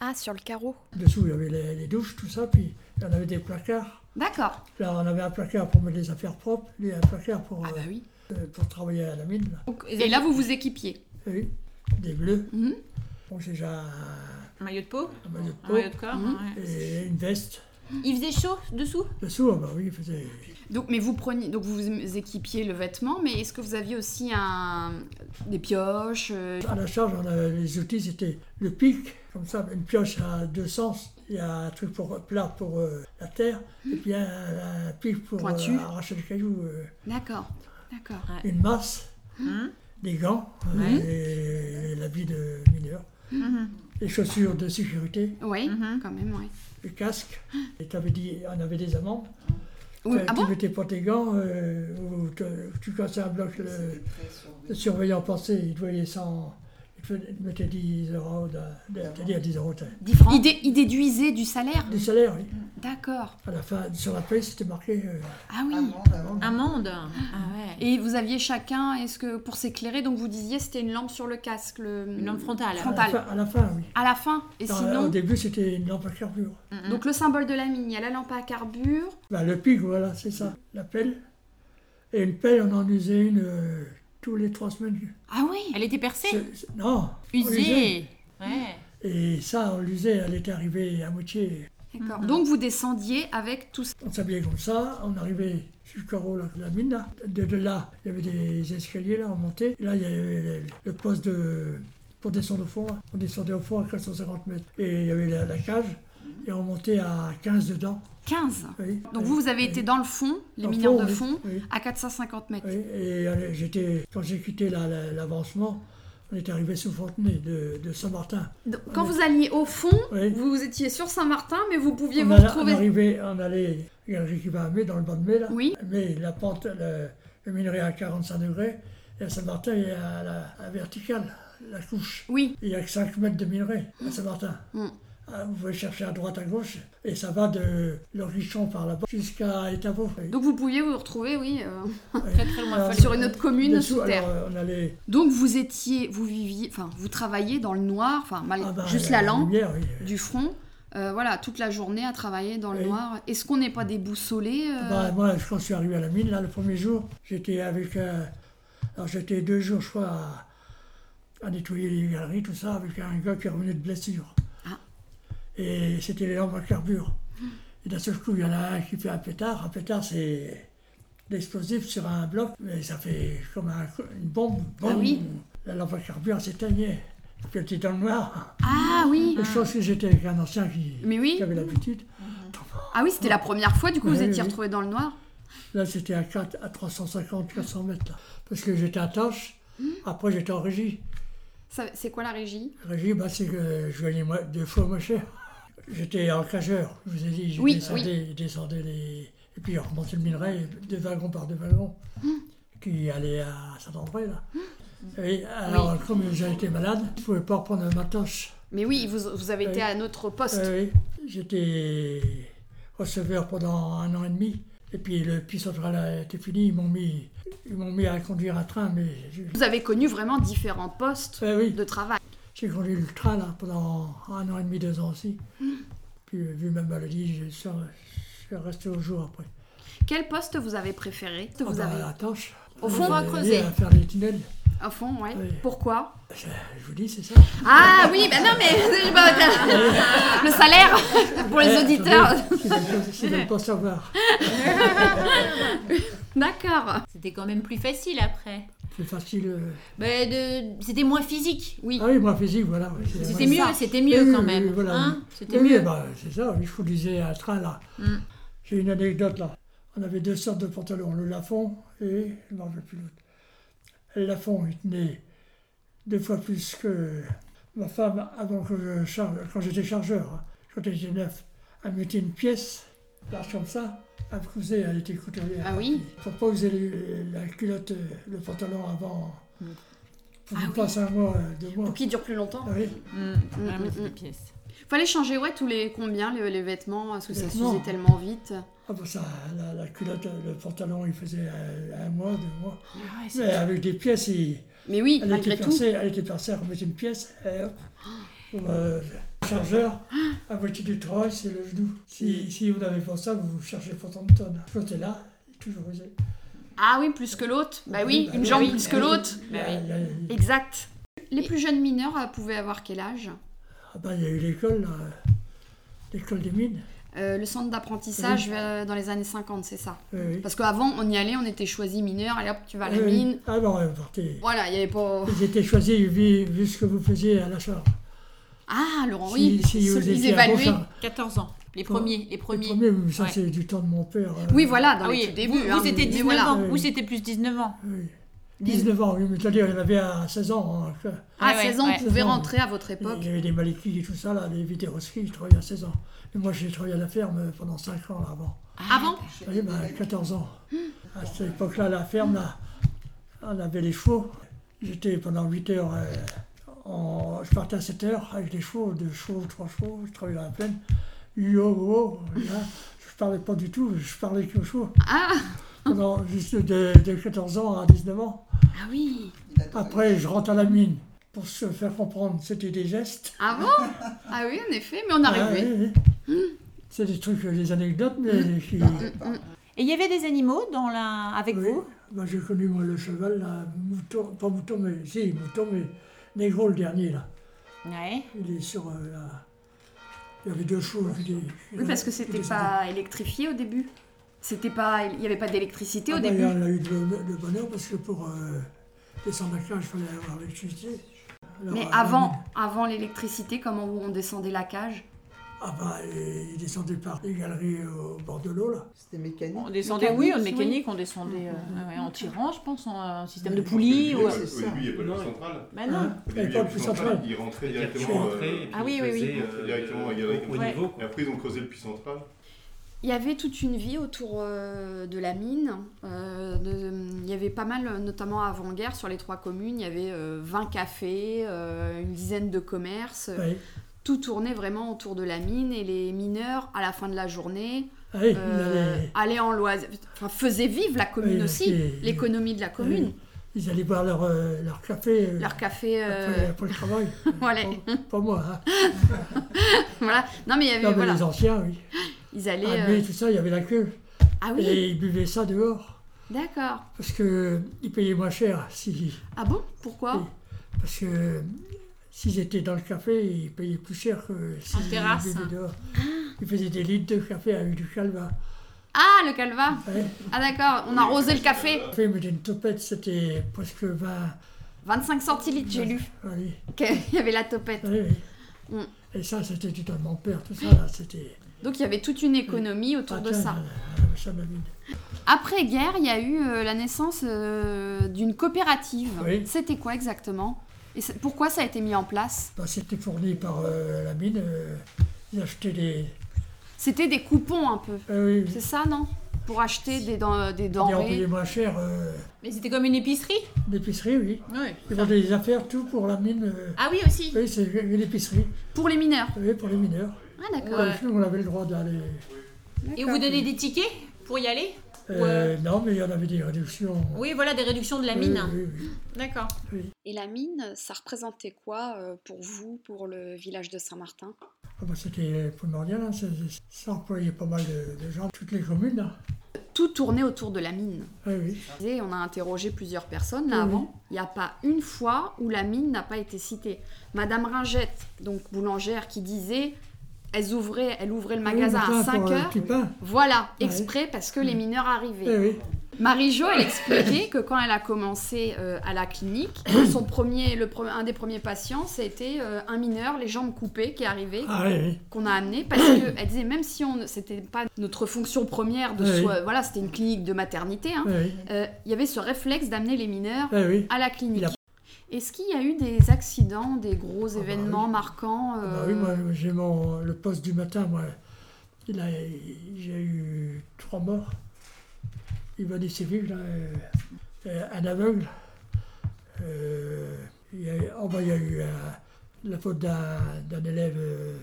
S1: Ah, sur le carreau.
S4: dessous, il y avait les, les douches, tout ça, puis on avait des placards.
S2: D'accord.
S4: Là, on avait un placard pour mettre les affaires propres, et un placard pour,
S2: Ah bah oui.
S4: euh, euh, pour travailler à la mine. là.
S2: Donc, et là, vous vous équipiez.
S4: Oui, des bleus.
S2: Mhm.
S4: Bon, j'ai déjà un,
S3: Maillot de peau,
S4: un maillot de
S3: un
S4: peau
S3: maillot de corps.
S2: Mhm.
S3: ouais.
S4: et une veste.
S3: Il faisait chaud dessous
S4: Dessous, ah bah oui, il faisait.
S2: Donc, mais vous preniez, donc vous vous équipiez le vêtement, mais est-ce que vous aviez aussi un, des pioches euh,
S4: À la charge, on avait les outils, c'était le pic, comme ça, une pioche à deux sens. Il y a un truc pour plat pour euh, la terre, et puis un, un pic pour euh,
S2: Pointu.
S4: arracher le caillou, euh,
S2: D'accord, d'accord.
S4: une masse,
S3: Mhm.
S4: des gants, euh,
S3: Ouais.
S4: et l'habit de mineur,
S3: Mhm.
S4: les chaussures de sécurité,
S2: Oui,
S1: Mm-hmm.
S3: Mhm.
S2: quand même, oui.
S4: le casque. Et t'avais dit, on avait des amendes.
S2: Oui,
S4: Euh,
S2: Ah
S4: tu
S2: bon
S4: mettais pas tes gants, euh, ou te- tu cassais un bloc, le, Ah
S5: C'était très
S4: le
S5: surveillé.
S4: surveillant passait, il te voyait sans. Il te faisait- il te mettait 10 euros, de, de-
S5: D'amende.
S4: c'est-à-dire 10 euros de-
S2: il, dé- il déduisait du salaire
S4: du salaire. oui.
S2: D'accord.
S4: À la fin, sur la paye, c'était marqué. euh,
S2: Ah oui.
S5: Amende, amende.
S3: Amande Ah ouais.
S2: Et vous aviez chacun, est-ce que pour s'éclairer, donc vous disiez c'était une lampe sur le casque, le...
S3: Une lampe frontale.
S4: à,
S2: Frontale.
S4: la
S2: Frontal.
S4: fin, à la fin, oui.
S2: À la fin. Et
S4: Non,
S2: sinon,
S4: euh, Au début, c'était une lampe à carburant.
S3: Mhm.
S2: donc le symbole de la mine, il y a la lampe à carbure.
S4: Bah, le pic, voilà, c'est ça, la pelle. Et une pelle, on en usait une euh, tous les trois semaines.
S2: Ah oui.
S3: Elle était percée
S4: C'est- c'est- non, on l'usait.
S3: Usée Ouais.
S4: Et ça, on l'usait, elle était arrivée à moitié.
S2: D'accord.
S4: Mm-hmm.
S2: Donc vous descendiez avec tout ça.
S4: On s'habillait comme ça, on arrivait jusqu'au haut là, de la mine. Là. De, de là, il y avait des escaliers, là, on montait. Et là, il y avait le, le poste de, pour descendre au fond. là. On descendait au fond à 450 mètres. Et il y avait la, la cage, et on montait à 15 dedans.
S2: 15.
S4: oui.
S2: Donc
S4: Et-
S2: vous, vous avez
S4: et-
S2: été dans le fond, les
S4: Dans le
S2: mineurs de
S4: oui,
S2: fond,
S4: oui.
S2: à 450 mètres.
S4: Oui, et euh, j'étais, quand j'ai quitté la- la- l'avancement, on est arrivé sous Fontenay de, de Saint-Martin.
S2: Donc, quand vous alliez au fond,
S4: Oui.
S2: vous étiez sur Saint-Martin, mais vous pouviez
S4: on,
S2: vous
S4: alla-
S2: retrouver.
S4: on arrivait, on allait, il y a le riz qui va à Mai, dans le banc de Mai, là.
S2: Oui.
S4: Mais la pente, le, le minerai à 45 degrés, et à Saint-Martin, il y a la, la verticale, la couche.
S2: Oui.
S4: Il n'y a que 5 mètres de minerai à Saint-Martin.
S2: Mm.
S4: Ah, Vous pouvez chercher à droite, à gauche, et ça va de l'Orichon par là-bas jusqu'à Étavaux.
S2: Donc vous pouviez vous retrouver, oui, euh,
S3: Très très loin.
S4: Alors,
S3: Fallu-
S2: sur une autre commune
S4: Dessous,
S2: sous terre.
S4: alors, euh, on allait
S2: Donc vous étiez, vous viviez, enfin vous travailliez dans le noir, enfin mal-
S4: ah bah,
S2: juste la lampe
S4: lumière, oui.
S2: du front, euh, voilà toute la journée à travailler dans le
S4: Oui.
S2: noir. Est-ce qu'on n'est pas déboussolé euh,
S4: Bah, moi, je- quand je suis arrivé à la mine, là, le premier jour, j'étais avec. euh, alors, j'étais deux jours, je crois, à, à nettoyer les galeries, tout ça, avec un gars qui revenait de blessure.
S2: Ah. Hum.
S4: Et c'était les lampes à carbure. Et d'un seul coup, il y en a un qui fait un pétard. Un pétard, c'est l'explosif sur un bloc, mais ça fait comme un co- une bombe.
S2: Ah
S4: boum.
S2: oui.
S4: La lampe à carbure s'éteignait. Puis elle était dans le noir.
S2: Ah oui,
S4: Je pense que j'étais avec un ancien qui,
S2: mais oui,
S4: qui avait l'habitude.
S2: ah oui c'était la première fois du coup vous
S4: Oui,
S2: étiez
S4: oui.
S2: retrouvé dans le noir.
S4: Là, c'était à, 4, à 350, 400 mètres, là. Parce que j'étais à Tanche,
S2: Hmm.
S4: après j'étais en régie.
S2: Ça- C'est quoi la régie
S4: Régie, bah, c'est que je gagnais moi- deux fois moins cher. J'étais en cageur, je vous ai dit, je
S2: Oui,
S4: descendais, descendais les... Et puis, on remontait le minerai, deux wagons par deux wagons,
S2: Hmm.
S4: qui allaient à Saint-André, là. Et alors, comme j'ai été malade, je ne pouvais pas reprendre ma tâche.
S2: Mais oui, vous, vous avez
S4: Oui.
S2: été à notre poste.
S4: Euh, oui. J'étais receveur pendant un an et demi. Et puis le piste central a été fini, ils m'ont mis, ils m'ont mis à conduire un train, mais je-
S2: Vous avez connu vraiment différents postes
S4: Euh, oui,
S2: de travail.
S4: j'ai conduit le train là pendant un an et demi, deux ans aussi.
S2: Hum.
S4: Puis euh, vu ma maladie, je suis, je suis resté au jour après.
S2: Quel poste vous avez préféré
S4: Ah
S2: Vous
S4: bah,
S2: avez
S4: la tâche.
S2: Au fond,
S4: Euh,
S2: à creuser.
S4: À faire les tunnels.
S2: à fond, ouais.
S4: Oui.
S2: Pourquoi
S4: Je vous dis, c'est ça.
S2: Ah oui, ben non, mais bah, le salaire pour les
S4: Eh,
S2: auditeurs.
S4: attendez, Ils veulent pas- ils veulent pas savoir.
S2: D'accord.
S3: C'était quand même plus facile après.
S4: C'est facile. euh.
S3: Bah, de... C'était moins physique, oui.
S4: Ah oui, moi physique, voilà. oui, Ah, c'est-
S3: C'était
S4: voilà.
S3: mieux, c'était mieux
S4: Oui,
S3: quand
S4: oui,
S3: même.
S4: oui, voilà,
S3: hein
S4: Oui,
S3: c'était
S4: oui,
S3: mieux.
S4: bah, c'est ça, il faut lisais un train là.
S3: Mm.
S4: J'ai une anecdote là. On avait deux sortes de pantalons, le lafond et je m'en rappelle plus l'autre. Le lafond, il tenait deux fois plus que ma femme avant que je charge, quand j'étais chargeur, hein, quand j'étais neuf. Elle mettait une pièce, large comme ça, à creuser, elle était couturière.
S2: Ah oui.
S4: Faut pas user le- la culotte, euh, le pantalon avant. Pour
S2: Ah
S4: qu'il
S2: oui.
S4: passe un mois, euh, deux mois.
S2: Pour qu'il dure plus longtemps.
S4: Ah oui.
S3: Mm, vraiment,
S2: mm,
S3: c'était
S2: mm.
S3: pièce.
S2: Fallait changer, ouais, tous les combien les, les vêtements Parce que ça
S4: Vêtements.
S2: s'usait tellement vite.
S4: Ah bah ça, la, la culotte, euh, le pantalon, il faisait un, un mois, deux mois.
S3: Ah ouais,
S4: Mais
S3: c'est-
S4: avec des pièces, il,
S2: Mais oui,
S4: elle, était
S2: malgré tout.
S4: percée, elle était percée, elle remettait une pièce, et hop, pour, euh, chargeur,
S2: Ah.
S4: à moitié du travail, c'est le genou. Si, si vous n'avez pas ça, vous cherchez pour tant de tonnes. Côté là, toujours usé.
S2: Ah oui, plus que l'autre. Bah oui,
S4: Bah
S2: une
S4: oui,
S2: jambe
S4: oui,
S2: plus
S4: bah
S2: que
S4: oui.
S2: l'autre.
S4: Il y a- il y a- il y a-
S2: Exact. Les plus jeunes mineurs euh, pouvaient avoir quel âge
S4: ah bah, il y a eu l'école, là, l'école des mines.
S2: euh, le centre d'apprentissage euh, dans les années 50, c'est ça
S4: Oui, oui.
S2: Parce qu'avant, on y allait, on était choisi mineur, et hop, tu vas à la
S4: Oui, oui.
S2: mine.
S4: Ah non, on est parti.
S2: Voilà, il n'y avait pas.
S4: Ils étaient choisis vu, vu ce que vous faisiez à la charge.
S2: Ah, Laurent,
S4: Si-
S2: oui,
S4: si vous
S2: ils
S4: étiez un bon
S2: évaluaient.
S4: char-
S3: 14 ans. Les
S4: Pour-
S3: premiers, les
S4: le
S3: premiers.
S4: premier, mais ça
S3: Ouais.
S4: c'est du temps de mon père. euh,
S2: Oui, voilà, dans
S3: Ah
S2: les
S3: oui,
S2: tout débuts.
S3: vous,
S2: hein,
S3: vous étiez
S2: mais
S3: 19
S2: voilà.
S3: ans,
S4: Oui.
S3: vous c'était plus 19 ans.
S4: oui.
S3: Dix-
S4: 19 ans, oui, mais c'est-à-dire, il y en avait à 16 ans. hein, que-
S2: À
S3: Ah Ouais,
S2: 16 ans,
S3: ouais.
S2: vous pouvez rentrer à votre époque.
S4: Il y avait des maléfiques et tout ça, là, des vidéoskis, je travaillais à 16 ans. Et moi, j'ai travaillé à la ferme pendant 5 ans là, avant.
S3: Avant
S5: Chez
S4: Oui,
S5: les
S4: bah,
S5: Malais.
S4: 14 ans. À cette époque-là, la ferme, là, on avait les chevaux. J'étais pendant 8 heures. euh, en- Je partais à 7 heures avec les chevaux, deux chevaux, trois chevaux. Je travaillais dans la plaine. Yo, yo, là, je parlais pas du tout, je parlais qu'aux chevaux.
S2: Ah,
S4: Pendant juste de, de 14 ans à 19 ans.
S2: ah oui
S5: Il adorait.
S4: Après, je rentre à la mine pour se faire comprendre. C'était des gestes.
S2: Avant Ah oui, en effet, mais on Mmh. arrivait.
S4: Ah, oui, oui. C'est des trucs, euh, des anecdotes,
S2: Mmh.
S4: mais qui.
S3: Et il y avait des animaux dans la... avec
S4: Oui,
S3: vous
S4: moi, j'ai connu moi, le cheval, là, mouton, pas mouton, mais si, mouton, mais Négro le dernier, là.
S3: Ouais.
S4: Il est sur euh, la- Il y avait deux chevaux. qui étaient-
S2: Oui, parce que c'était
S4: qui
S2: pas électrifié au début. C'était pas, il n'y avait pas d'électricité au
S4: Ah, bah,
S2: début.
S4: là, on a eu de, de bonheur parce que pour euh, descendre la cage, il fallait avoir l'électricité. Alors,
S2: Mais
S4: euh,
S2: avant, avant l'électricité, comment on descendait la cage
S4: Ah bah, et il descendait par les galeries euh, au bord de l'eau, là.
S5: C'était mécanique.
S3: On descendait, oui, en
S2: Mécanique,
S3: mécanique, on descendait euh, ouais, en tirant, je pense, en euh, système de
S6: Parce que lui,
S3: poulie.
S6: il y
S3: Ou...
S6: a-
S5: ouais.
S6: Au début, il n'y a pas le
S7: Non.
S6: central.
S2: Ah
S3: Bah non.
S4: Il y
S6: Au
S4: avait
S6: début,
S4: Hein
S6: il y
S4: pas
S6: a
S4: le
S6: plus
S4: puits
S6: central.
S4: central.
S6: Il rentrait
S7: C'est-à-dire que tu
S6: directement.
S7: rentrais et
S6: euh,
S7: puis
S3: Ah oui,
S7: tu
S3: oui, oui.
S7: faisais,
S6: euh, Directement à Galerie.
S7: au haut
S3: Ouais.
S7: niveau.
S6: Et
S7: quoi.
S6: après, ils ont creusé le puits central.
S2: Il y avait toute une vie autour euh, de la mine. Euh, de- il y avait pas mal, notamment avant-guerre, sur les trois communes, il y avait euh, 20 cafés, euh, une dizaine de commerces.
S4: Oui.
S2: Tout tournait vraiment autour de la mine et les mineurs, à la fin de la journée,
S4: Ah oui, il
S2: euh,
S4: allait-
S2: allaient en loisir. Enfin, faisaient vivre la commune
S4: Oui,
S2: aussi,
S4: et-
S2: l'économie de la commune.
S4: Ils allaient boire leur, euh, leur café euh,
S2: Leur café. euh,
S4: après, après le travail.
S2: voilà.
S4: Pas, pas moi, hein.
S2: voilà. Non, mais il y avait.
S4: Non, mais
S2: voilà.
S4: les anciens, oui.
S2: Ils allaient.
S4: Ah,
S2: euh,
S4: mais tout ça, il y avait la queue.
S2: Ah oui,
S4: Et ils buvaient ça dehors.
S2: d'accord.
S4: Parce qu'ils payaient moins cher. Si,
S2: Ah bon Pourquoi
S4: Oui. parce que s'ils étaient dans le café, ils payaient plus cher que
S3: En
S4: s'ils
S3: terrasse,
S4: buvaient
S3: hein.
S4: dehors. Ils faisaient des litres de café avec du calva.
S2: Ah, le calva
S4: Ouais.
S2: Ah d'accord, on a arrosé le café.
S4: Le café, mais d'une topette, c'était presque 20.
S2: 25 centilitres, j'ai lu
S4: Allez,
S2: qu'il y avait la topette.
S4: allez, oui.
S2: Mm.
S4: Et ça, c'était du temps de mon père, tout ça, là, c'était...
S2: Donc il y avait toute une économie autour
S4: Ah,
S2: de
S4: tiens,
S2: ça.
S4: euh, ça m'a mis-
S2: Après-guerre, il y a eu euh, la naissance euh, d'une coopérative.
S4: Oui.
S2: C'était quoi exactement Et ça- pourquoi ça a été mis en place
S4: Bah, c'était fourni par euh, la mine. euh, ils achetaient des...
S2: C'était des coupons un peu,
S4: Ah oui,
S2: c'est ça, non Pour acheter des, den- des
S4: ils en
S2: denrées.
S4: payaient moins cher. euh,
S3: Mais c'était comme une épicerie
S4: L'épicerie, oui.
S3: Oui.
S4: Ils vendaient des affaires, tout pour la mine. euh,
S3: Ah oui, aussi
S4: Oui, c'est une épicerie,
S2: Pour les mineurs.
S4: oui, pour les mineurs.
S2: Ah d'accord.
S3: Ouais.
S4: Nous, on avait le droit d'aller.
S3: Et vous donnez des tickets pour y aller
S4: Euh, Non, mais il y en avait des réductions. Euh,
S3: Oui, voilà, des réductions de la mine.
S4: Oui, oui,
S3: D'accord.
S4: oui.
S2: Et la mine, ça représentait quoi euh, pour vous, pour le village de Saint-Martin
S4: Ah bah, C'était primordial, hein, ça, ça- ça employait pas mal de, de gens, toutes les communes. là.
S2: Tout tournait autour de la mine.
S4: Oui, oui.
S2: Et on a interrogé plusieurs personnes là
S4: Oui, oui.
S2: avant. Il n'y a pas une fois où la mine n'a pas été citée. Madame Ringette, donc boulangère, qui disait, elles ouvraient, elle ouvrait le magasin
S4: Oui, le
S2: à
S4: matin,
S2: 5
S4: pour, euh,
S2: heures.
S4: petit pain.
S2: Voilà,
S4: Ouais.
S2: exprès parce que les mineurs arrivaient.
S4: Eh oui.
S2: Marie-Jo, elle expliquait que quand elle a commencé euh, à la clinique, son premier, le pre- un des premiers patients, c'était euh, un mineur, les jambes coupées, qui est arrivé,
S4: Ah, oui, oui.
S2: qu'on a amené parce que elle disait même si on ne- c'était pas notre fonction première de
S4: Oui.
S2: soi- voilà c'était une clinique de maternité hein,
S4: Ah, oui.
S2: euh, il y avait ce réflexe d'amener les mineurs
S4: Ah, oui.
S2: à la clinique.
S4: Il a-
S2: Est-ce qu'il y a eu des accidents, des gros
S4: bah
S2: événements marquants
S4: Ah,
S2: euh,
S4: bah oui, moi, j'ai mon, le poste du matin, moi. Il a, j'ai eu trois morts. Il m'a dit civils, là, euh, euh, un aveugle. Euh, il y a, oh, bah, il y a eu euh, la faute d'un, d'un élève, euh,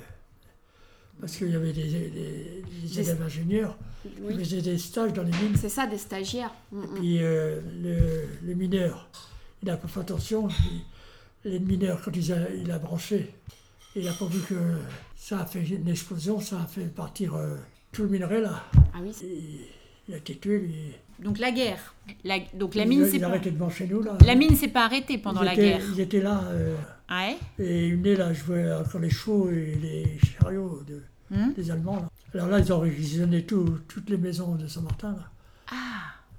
S4: parce qu'il y avait des, des- des élèves ingénieurs
S2: oui,
S4: qui faisaient des stages dans les mines.
S2: C'est ça, des stagiaires. Mm, mm.
S4: Puis euh, le, le mineur, il n'a pas fait attention. Il- Les mineurs, quand il a, il a branché, il n'a pas vu que ça a fait une explosion, ça a fait partir euh, tout le minerai là.
S2: Ah oui, c'est-
S4: Et il a été tué, lui.
S3: Donc la guerre. La- Donc la
S4: Il-
S3: mine,
S4: il,
S3: c'est pas...
S4: arrêtait de brancher nous là.
S3: La mine s'est pas arrêtée pendant
S4: Ils
S3: la
S4: étaient-
S3: guerre.
S4: Ils étaient là, euh,
S3: Ouais.
S4: et il venait là, je voyais encore les chevaux et les chariots de,
S3: Hmm.
S4: les Allemands. là. Alors là, ils ont réquisitionné tout- toutes les maisons de Saint-Martin. là. Ah,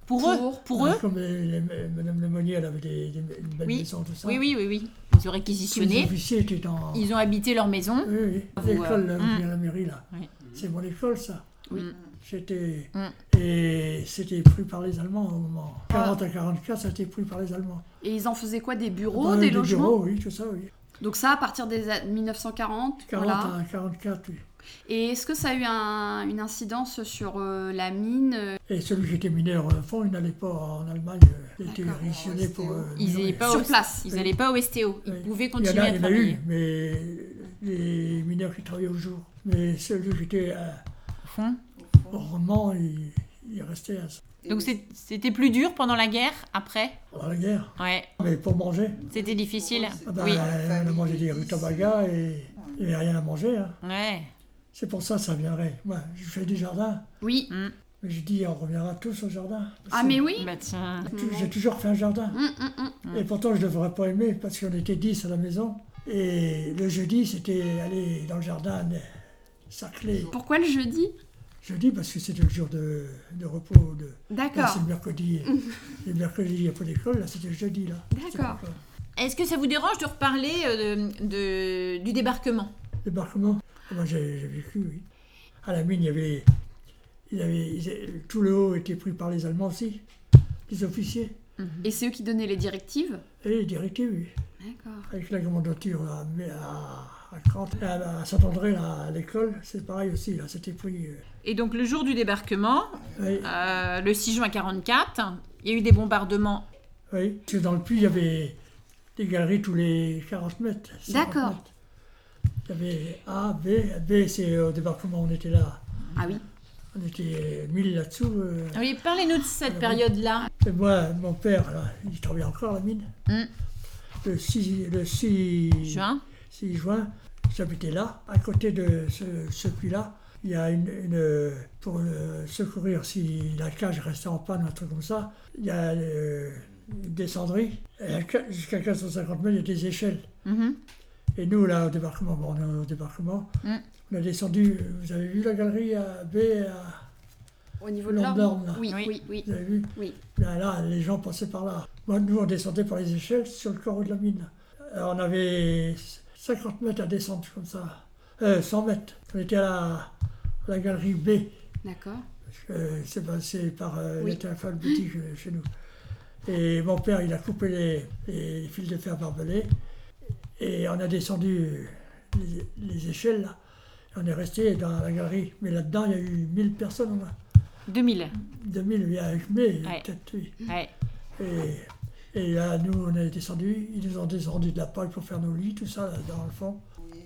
S3: Pour, eux
S2: Pour-
S3: Pour eux
S4: Comme les- les- Madame Lemonnier, elle avait des, des- une belle
S3: Oui.
S4: maison, tout ça.
S3: Oui, oui, oui, oui. Ils ont
S4: Tous les
S3: réquisitionné,
S4: officiers étaient en...
S3: ils ont habité leur maison.
S4: Oui, oui.
S3: Vous,
S4: L'école,
S3: euh,
S4: là, où
S3: mm.
S4: il y a la mairie, là.
S3: Oui.
S4: C'est mon école, ça.
S3: Oui.
S4: C'était...
S3: Mm.
S4: Et c'était pris par les Allemands au moment.
S3: Ah.
S4: 40 à 44, ça a été pris par les Allemands.
S2: Et ils en faisaient quoi Des bureaux,
S4: Dans
S2: des
S4: les
S2: logements
S4: bureaux, oui, tout ça, oui.
S2: Donc ça, à partir des a- 1940,
S4: 40
S2: voilà.
S4: à 44, oui.
S2: Et est-ce que ça a eu un- une incidence sur euh, la mine euh,
S4: Et celui qui était mineur au fond, il n'allait pas en Allemagne. euh, Il était
S5: D'accord,
S4: réquisitionné
S5: resté
S4: pour...
S5: où
S4: euh,
S3: Ils
S4: minorer.
S3: n'allaient pas,
S2: Sur
S3: au-
S2: place.
S3: ils allaient pas au STO. Ils
S4: Oui.
S3: pouvaient
S4: Il y en
S3: continuer
S4: a,
S3: à
S4: il y en a eu,
S3: travailler.
S4: mais les mineurs qui travaillaient au jour. Mais celui qui était à-
S3: Au fond.
S5: au
S4: au
S5: fond.
S4: rendement, il, il restait à,
S5: Et
S3: Donc
S5: les-
S3: c'est- c'était plus dur pendant la guerre, après
S4: à la guerre.
S3: Ouais,
S4: Mais pour manger,
S3: c'était difficile.
S5: pour eux,
S4: ah
S5: c'était
S4: ben,
S3: Oui.
S4: on a mangé des
S5: famille,
S4: rutabagas et il n'y avait rien à manger. hein.
S3: Ouais.
S4: C'est pour ça que ça viendrait. Moi, je fais du jardin,
S2: Oui.
S3: Hmm.
S4: mais je dis on reviendra tous au jardin.
S2: Ah
S4: C'est-
S2: mais oui
S3: Bah tiens.
S4: tu- J'ai toujours fait un jardin.
S2: Hum, hum, hum.
S4: Et pourtant, je ne devrais pas aimer parce qu'on était 10 à la maison. Et le jeudi, c'était aller dans le jardin, euh, sarcler.
S2: Pourquoi le jeudi
S4: Jeudi, parce que c'était le jour de, de repos. De... Là,
S2: D'accord.
S4: c'est le mercredi. le mercredi, il n'y a pas d'école. Là, c'était le jeudi. Là.
S2: D'accord.
S4: C'était pas-
S3: Est-ce que ça vous dérange de reparler euh, de, de- du débarquement
S4: Débarquement. Ah, Moi, j'ai j'ai vécu, oui. À la mine, il y avait. il y avait- ils avaient- tout le haut était pris par les Allemands aussi, les officiers.
S2: Et c'est eux qui donnaient les directives
S4: Et les directives, oui.
S2: D'accord.
S4: Avec la commandature là, mais à, à, Crante, à, à Saint-André, là, à l'école, c'est pareil aussi. Là, c'était pris. euh,
S3: Et donc le jour du débarquement,
S4: oui.
S3: euh, le 6 juin 44, il y a eu des bombardements.
S4: Oui, parce que dans le puits, il y avait des galeries tous les 40 mètres. 50
S2: D'accord.
S4: mètres. Il y avait A, B. B, c'est au débarquement, on était là.
S2: Ah oui.
S4: On était 1000 là-dessous. euh.
S3: Ah Oui, parlez-nous de cette période-là.
S4: Et moi, mon père, là, il travaillait encore à la mine.
S3: Mm.
S4: Le 6, le 6
S3: Juin.
S4: 6 juin, j'habitais là. À côté de ce, ce puits-là, il y a une. une- pour euh, secourir si la cage restait en panne, un truc comme ça, il y a euh, une descendrie. Et à qu- Jusqu'à 450 mètres, il y a des échelles.
S3: Mhm.
S4: Et nous, là, au débarquement, bon, on est au débarquement,
S3: Mm.
S4: on a descendu, vous avez vu la galerie à B, à-
S2: Au niveau
S4: de l'ordre. L'ordre, là.
S2: Oui,
S3: Oui.
S2: oui, oui.
S4: vous avez vu
S2: Oui.
S4: Là, là, les gens passaient par là. Moi, nous, on descendait par les échelles sur le corps de la mine. Alors, on avait 50 mètres à descendre comme ça, Euh, 100 mètres. On était à la, à la galerie B,
S2: D'accord.
S4: parce que c'est passé par euh,
S2: Oui.
S4: le téléphone boutique euh, chez nous. Et mon père, il a coupé les, les fils de fer barbelés. Et on a descendu les, les échelles, là. Et on est resté dans la galerie. Mais là-dedans, il y a eu 1000 personnes, au moins.
S3: 2000.
S4: 2000, oui, avec mai,
S3: Ouais.
S4: peut-être, oui.
S3: Ouais.
S4: Et, et là, nous, on est descendus. Ils nous ont descendu de la paille pour faire nos lits, tout ça, là, dans le fond.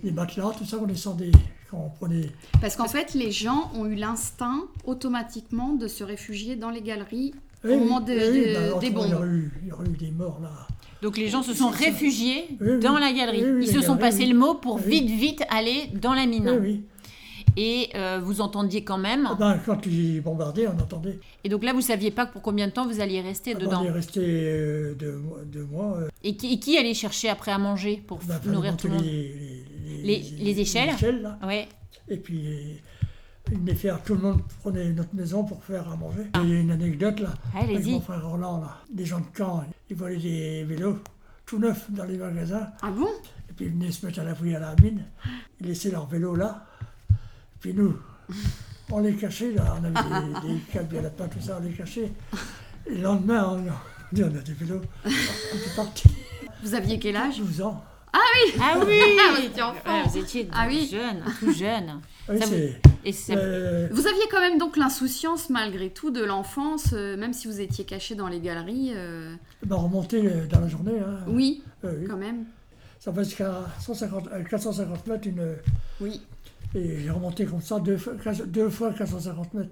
S4: Les matelas, tout ça, on descendait quand on prenait.
S2: Parce qu'en fait, les gens ont eu l'instinct automatiquement de se réfugier dans les galeries
S4: Eh Oui, oui,
S2: moment de- de-
S4: bah,
S2: des
S4: autrement, Il y
S2: bombes.
S4: aurait eu- il y aurait eu des morts, là.
S3: Donc les gens se sont réfugiés
S4: Oui, oui.
S3: dans la galerie.
S4: Oui, oui,
S3: Ils
S4: la
S3: se sont
S4: galerie,
S3: passés
S4: oui.
S3: le mot pour
S4: Oui.
S3: vite, vite aller dans la mine.
S4: Eh Oui, oui.
S3: Et euh, vous entendiez quand même.
S4: Ah ben, quand ils bombardaient, on entendait.
S3: Et donc là, vous saviez pas pour combien de temps vous alliez rester
S4: Ah ben,
S3: dedans.
S4: on est resté euh, deux, mois- deux mois. euh,
S3: Et qui, et qui allait chercher après à manger pour
S4: ben, fallait
S3: nourrir
S4: monter
S3: tout le monde
S4: les, les, les-
S3: Les- les échelles
S4: là.
S3: Ouais.
S4: Et puis, euh, il met faire, tout le monde prenait notre maison pour faire à manger. Il y a une anecdote, là. Avec
S3: Allez-y.
S4: mon frère Roland, là, des gens de camp, ils volaient des vélos tout neufs dans les magasins,
S2: Ah bon
S4: et puis ils venaient se mettre à l'abri à la mine, ils laissaient leurs vélos là, puis nous, on les cachait, là, on avait des, des câbles à la pain, tout ça, on les cachait. Et le lendemain, on, on dit, on a des vélos, on est parti,
S2: Vous aviez quel âge
S4: 12 ans.
S3: Ah oui
S2: Ah, vous étiez enfant.
S3: Ouais, Vous étiez
S2: Ah oui.
S3: jeune, tout jeune.
S4: Oui,
S3: Ça vous-
S4: c'est-
S3: Et ça-
S4: euh,
S2: Vous aviez quand même donc l'insouciance malgré tout de l'enfance, euh, même si vous étiez caché dans les galeries. euh,
S4: ben, on remontait euh, dans la journée, hein.
S2: Oui,
S4: Euh, oui.
S2: quand même.
S4: ça va jusqu'à 150 euh, 450 mètres, une,
S2: Oui.
S4: et j'ai remonté comme ça deux fois, deux fois 450 mètres.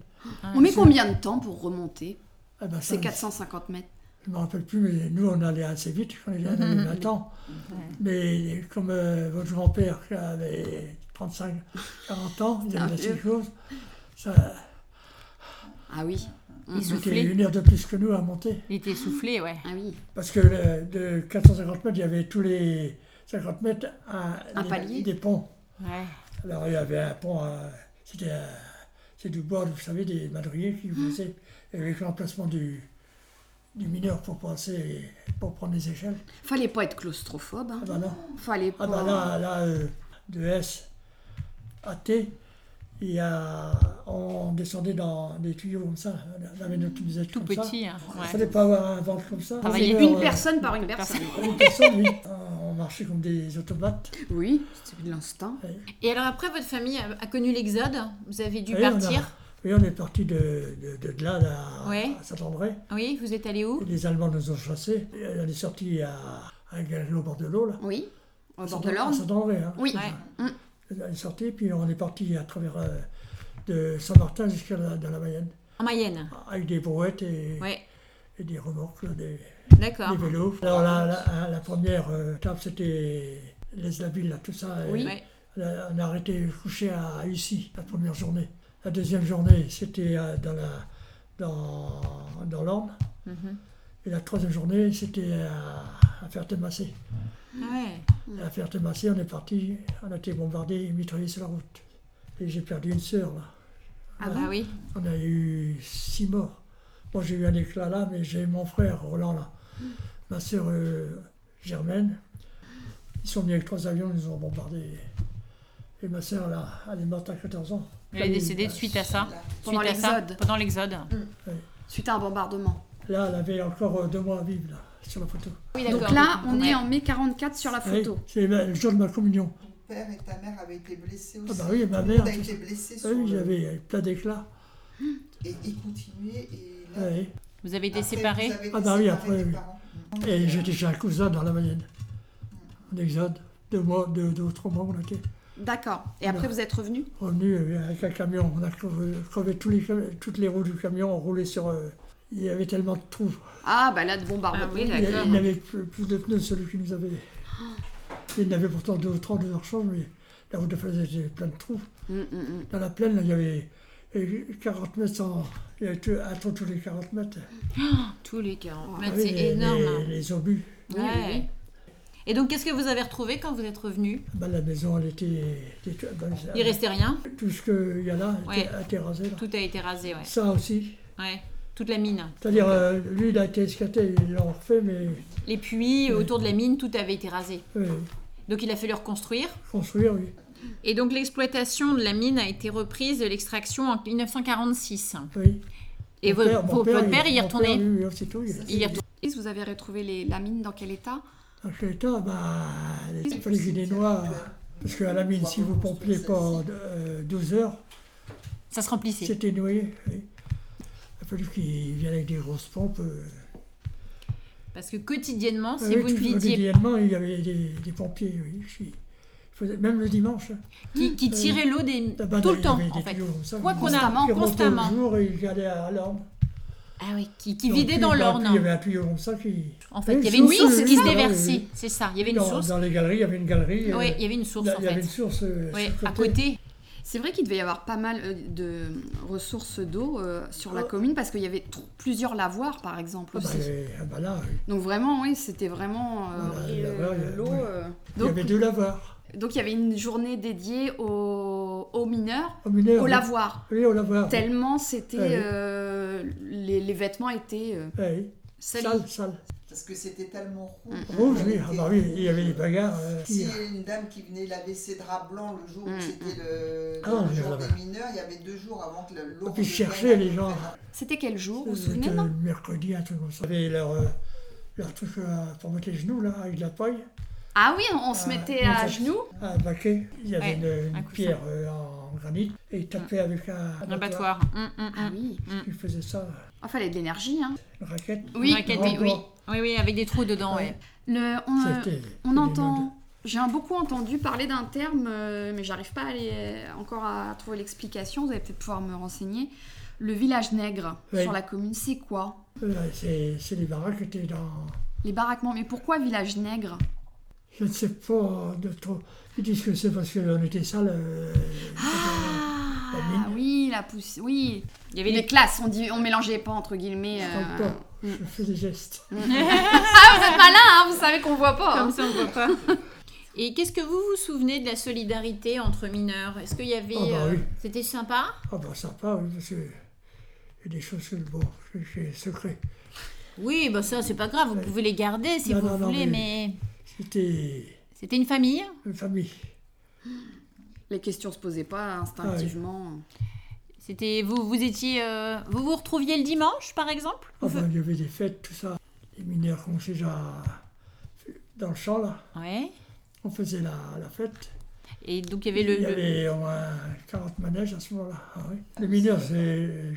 S2: On met combien de temps pour remonter
S4: Ah ben,
S2: C'est
S4: ça,
S2: 450 mètres.
S4: Je ne me rappelle plus, mais nous, on allait assez vite, on allait dans les 20 ans. Mais comme euh, votre grand-père qui avait 35, 40 ans, il
S2: Un
S4: avait la
S2: vieux.
S4: same chose, ça,
S2: Ah oui.
S3: Il
S4: c'était
S3: soufflait.
S4: une heure de plus que nous à monter.
S3: Il était soufflé, ouais.
S2: Ah oui.
S4: Parce que le- de 450 mètres, il y avait tous les 50 mètres un,
S2: Un
S4: des-
S2: palier.
S4: des ponts.
S3: ouais.
S4: Alors il y avait un pont, à- c'était à- c'est du bois, vous savez, des madriers qui vous faisaient, et avec l'emplacement du, du mineur pour passer, pour prendre les échelles.
S2: Fallait pas être claustrophobe. hein.
S4: Ah bah là,
S2: Fallait pas.
S4: ah bah là, là, euh, de S à T, il y a, on descendait dans des tuyaux comme ça, on avait notre musette
S3: Tout
S4: comme ça.
S3: petit, hein,
S4: Il
S3: ouais.
S4: fallait pas avoir un ventre comme ça.
S3: Travailler
S4: Une
S2: une
S4: heure, euh,
S2: personne par une personne.
S4: une personne, oui. On marchait comme des automates.
S2: Oui, c'est de l'instinct.
S3: Et alors après, votre famille a a connu l'exode, vous avez dû
S4: Oui, on a-
S3: partir.
S4: Oui, on est parti de, de, de- de là, là,
S3: Ouais.
S4: à Saint-André.
S3: Oui, vous êtes allé où
S4: Les Allemands nous ont chassés. Et on est sorti à, à Gallo, bord de l'eau, là.
S2: Oui, au bord de
S4: À
S2: l'Orne.
S4: Saint-André, hein.
S2: Oui.
S3: Ouais.
S4: On est sorti, puis on est parti à travers euh, de Saint-Martin jusqu'à la, dans la Mayenne,
S3: En Mayenne.
S4: avec des brouettes et,
S3: Oui,
S4: et des remorques, là, des,
S3: d'accord.
S4: des vélos. Alors, la, la, la première euh, étape, c'était les là, tout ça. et-
S2: Oui.
S3: Ouais.
S4: On a- on a arrêté couché à Ussy la première journée. La deuxième journée, c'était euh, dans la dans, dans l'Orne.
S3: Mhm.
S4: Et la troisième journée, c'était à, à Ferté-Massé.
S3: Ah ouais.
S4: À Ferté-Massé, on est parti, on a été bombardé et mitraillé sur la route. Et j'ai perdu une sœur. là.
S3: Ah bah oui.
S4: On a eu six morts. Moi, j'ai eu un éclat là, mais j'ai mon frère, Roland, là. Ma sœur euh, Germaine. Ils sont venus avec trois avions, ils nous ont bombardés. Et ma sœur, là, elle est morte à 14 ans.
S3: Elle est décédée de suite à ça.
S5: Là,
S2: Pendant
S3: Suite à ça,
S2: l'exode.
S3: Pendant l'exode.
S2: Suite à un bombardement.
S4: Là, elle avait encore euh, deux mois à vivre, là, sur la photo.
S3: Oui,
S2: Donc là, on est en mai 44 sur la
S4: Oui,
S2: photo.
S4: c'est ben, le le jour de ma communion.
S5: Ton père et ta mère avaient été blessés aussi.
S4: Ah bah oui, ma
S5: Tout le
S4: mère,
S5: monde a
S4: tout Ah
S5: été blessé sur
S4: Oui,
S5: le-
S4: j'avais plein d'éclats. Ah
S5: Et, et continuer. Et là,
S4: Ouais.
S3: Vous avez été
S5: après,
S3: séparés
S5: vous avez été
S4: Ah bah oui,
S5: séparés
S4: après,
S5: des
S4: oui.
S5: parents. euh,
S4: Et j'étais chez un cousin dans la Mayenne. En exode. Deux mois, deux, deux ou trois mois, on était
S2: D'accord. Et après, vous êtes revenu
S4: revenu avec un camion. On a crevé, crevé tous les, cam- toutes les roues du camion, on roulait sur... euh, il y avait tellement de trous.
S2: Ah, bah là, de bombardement.
S3: Ah oui,
S4: Il y-
S3: D'accord. Ah.
S4: il n'avait plus, plus de pneus, celui qui nous avait... Il n'avait pourtant deux ou trois de leurs choses, mais la route de Falaise était pleine de trous.
S2: Hum, hum, hum.
S4: Dans la plaine, là, il y avait il y avait 40 mètres sans... Il y avait tout- un trou tous les 40 mètres.
S3: Tous les 40
S4: Ah
S3: mètres,
S4: oui,
S3: c'est
S4: les-
S3: énorme. hein.
S4: Les, les obus.
S2: Oui, oui,
S3: Ouais.
S2: oui.
S3: Et donc, qu'est-ce que vous avez retrouvé quand vous êtes revenu
S4: Ben, la maison, elle était... était- ben,
S3: Il restait rien
S4: Tout ce qu'il y a là
S3: Ouais.
S4: était- a été rasé. Là.
S3: Tout a été rasé, ouais.
S4: Ça aussi.
S3: ouais. Toute la mine.
S4: C'est-à-dire, euh, lui, il a été escaté, ils l'ont refait, mais
S3: Les puits
S4: Ouais.
S3: autour de la mine, tout avait été rasé.
S4: euh,
S3: Donc, il a fallu reconstruire.
S4: construire, oui.
S3: Et donc, l'exploitation de la mine a été reprise, l'extraction en 1946.
S4: oui.
S3: Et
S4: Mon
S3: vo-
S4: père- mon
S3: vo- votre père,
S4: il-
S3: y est
S4: mon
S3: retourné
S4: lui, oui, aussitôt, il
S3: Il y est retourné.
S2: Et Vous avez retrouvé les, la mine dans quel état
S4: Dans quel état bah, Il fallait qu'il est noir.
S5: hein.
S4: Parce qu'à la mine, si vous pompiez pas euh, 12 heures,
S3: Ça se remplissait.
S4: c'était noyé. oui. Il a fallu qu'il vienne avec des grosses pompes. euh.
S3: Parce que quotidiennement, si
S4: Ah Oui,
S3: vous ne
S4: tout-
S3: vidiez
S4: quotidiennement, il y avait des, des pompiers, oui. qui- faisaient- Même le dimanche. hein.
S3: qui, qui tiraient l'eau des...
S4: Ah bah,
S3: tout
S4: il
S3: le
S4: y
S3: temps,
S4: avait des
S3: en fait.
S4: tuyaux comme ça,
S3: Quoi
S4: qui-
S3: qu'on a-
S4: qui remontaient
S3: constamment.
S4: Le jour, et ils allaient à l'orme.
S3: Ah oui, qui, qui
S4: Donc,
S3: vidaient
S4: puis,
S3: dans
S4: bah, puis, Il y
S3: l'orne.
S4: avait un tuyau comme ça qui.
S3: En fait, il y
S4: une
S3: avait une
S4: source,
S3: source
S4: oui,
S3: qui se
S4: oui,
S3: déversait.
S4: oui.
S3: C'est ça, il y avait une
S4: dans,
S3: source.
S4: dans les galeries, il y avait une galerie. euh,
S3: Oui, il y avait une source,
S4: là,
S3: en
S4: il y avait
S3: fait.
S4: une source. euh,
S3: Oui,
S4: sur le
S3: à côté.
S2: C'est vrai qu'il devait y avoir pas mal euh, de ressources d'eau euh, sur la
S4: Oh.
S2: commune parce qu'il y avait tr- plusieurs lavoirs, par exemple.
S4: Ah bah,
S2: aussi.
S4: les- ah bah là, oui.
S2: Donc vraiment, oui, c'était vraiment euh,
S4: Voilà,
S2: et,
S4: les Ah, lavoirs,
S2: euh,
S4: il y a-
S2: l'eau.
S4: oui.
S2: euh,
S4: il y
S2: Donc,
S4: avait deux lavoirs.
S2: donc il y avait une journée dédiée aux, aux mineurs,
S4: Au mineur.
S2: aux
S4: oui.
S2: lavoirs.
S4: Oui, au lavoir.
S2: Tellement c'était...
S4: Ah oui.
S2: euh, les, les vêtements étaient euh,
S4: Oui,
S2: salis.
S4: sale, sale.
S5: Parce que c'était tellement rouge.
S4: Rouge, oui. Ah bah oui, il y avait des bagarres. euh,
S5: Si
S4: qui-
S5: une dame qui venait laver ses draps blancs le jour
S2: Mm.
S5: où c'était le,
S4: Ah,
S5: le
S4: mais
S5: jour
S4: là-bas.
S5: des mineurs, il y avait deux jours avant que le- l'eau.
S4: Et puis,
S5: revienne.
S4: chercher les gens.
S2: C'était quel jour, vous vous
S4: C'était
S2: souvenez, non
S4: Euh, le mercredi, un truc comme ça. Ils avaient leur, euh, leur truc euh, pour mettre les genoux, là, avec de la paille,
S2: Ah oui, on se
S4: Ah,
S2: mettait
S4: non,
S2: à
S4: ça-
S2: genoux.
S4: un baquet. Il y avait une- une,
S3: un coussin.
S4: pierre euh, en granit et ils tapaient avec un, Ah. un
S3: Un
S4: battoir.
S3: battoir. Hum, hum,
S2: Ah
S3: hum.
S2: oui.
S4: Ils faisaient ça,
S2: Il fallait de l'énergie. Hein.
S4: une raquette.
S2: Oui.
S3: Une raquette, oui, oui. Oui, oui, avec des trous dedans, ouais.
S2: Le, on, euh,
S4: C'était-
S2: on entend. J'ai un- beaucoup entendu parler d'un terme, euh, mais j'arrive pas à aller, euh, encore à trouver l'explication. Vous allez peut-être pouvoir me renseigner. Le village nègre
S4: Oui.
S2: sur la commune, c'est quoi
S4: Euh, C'est c'est les baraques qui étaient dans.
S2: Les baraquements. Mais pourquoi village nègre
S4: Je ne sais pas de trop. Ils disent que c'est parce qu'on était sale. euh,
S2: Ah oui, la pousse. Oui.
S3: Il y avait
S2: Les
S3: des...
S2: classes, on, dit, on mélangeait pas entre guillemets.
S4: je
S2: euh,
S4: ne comprends pas.
S3: mm.
S4: Je fais des gestes. Oh.
S2: Ah, vous êtes malin, hein, vous savez qu'on voit pas. hein.
S3: Comme ça, on voit pas. Et qu'est-ce que vous vous souvenez de la solidarité entre mineurs Est-ce qu'il y avait.
S4: Ah bah
S3: euh,
S4: oui.
S3: C'était sympa
S4: Ah bah sympa, oui, parce que il y a des choses que bon, c'est- c'est secret.
S3: Oui, bah ça, c'est pas grave, vous
S4: Ouais.
S3: pouvez les garder si
S4: Non,
S3: vous
S4: non, non,
S3: voulez, mais...
S4: mais- C'était
S3: C'était une famille
S4: une famille.
S2: Les questions se posaient pas instinctivement.
S3: C'était vous vous étiez euh, vous vous retrouviez le dimanche par exemple
S4: Ah bah, il y avait des fêtes, tout ça. Les mineurs qu'on s'est déjà dans le champ là,
S3: Ouais.
S4: on faisait la, la fête.
S3: Et donc il y avait le,
S4: Il y
S3: le-
S4: avait au moins 40 manèges à ce moment-là. Ah oui. Les mineurs, c'est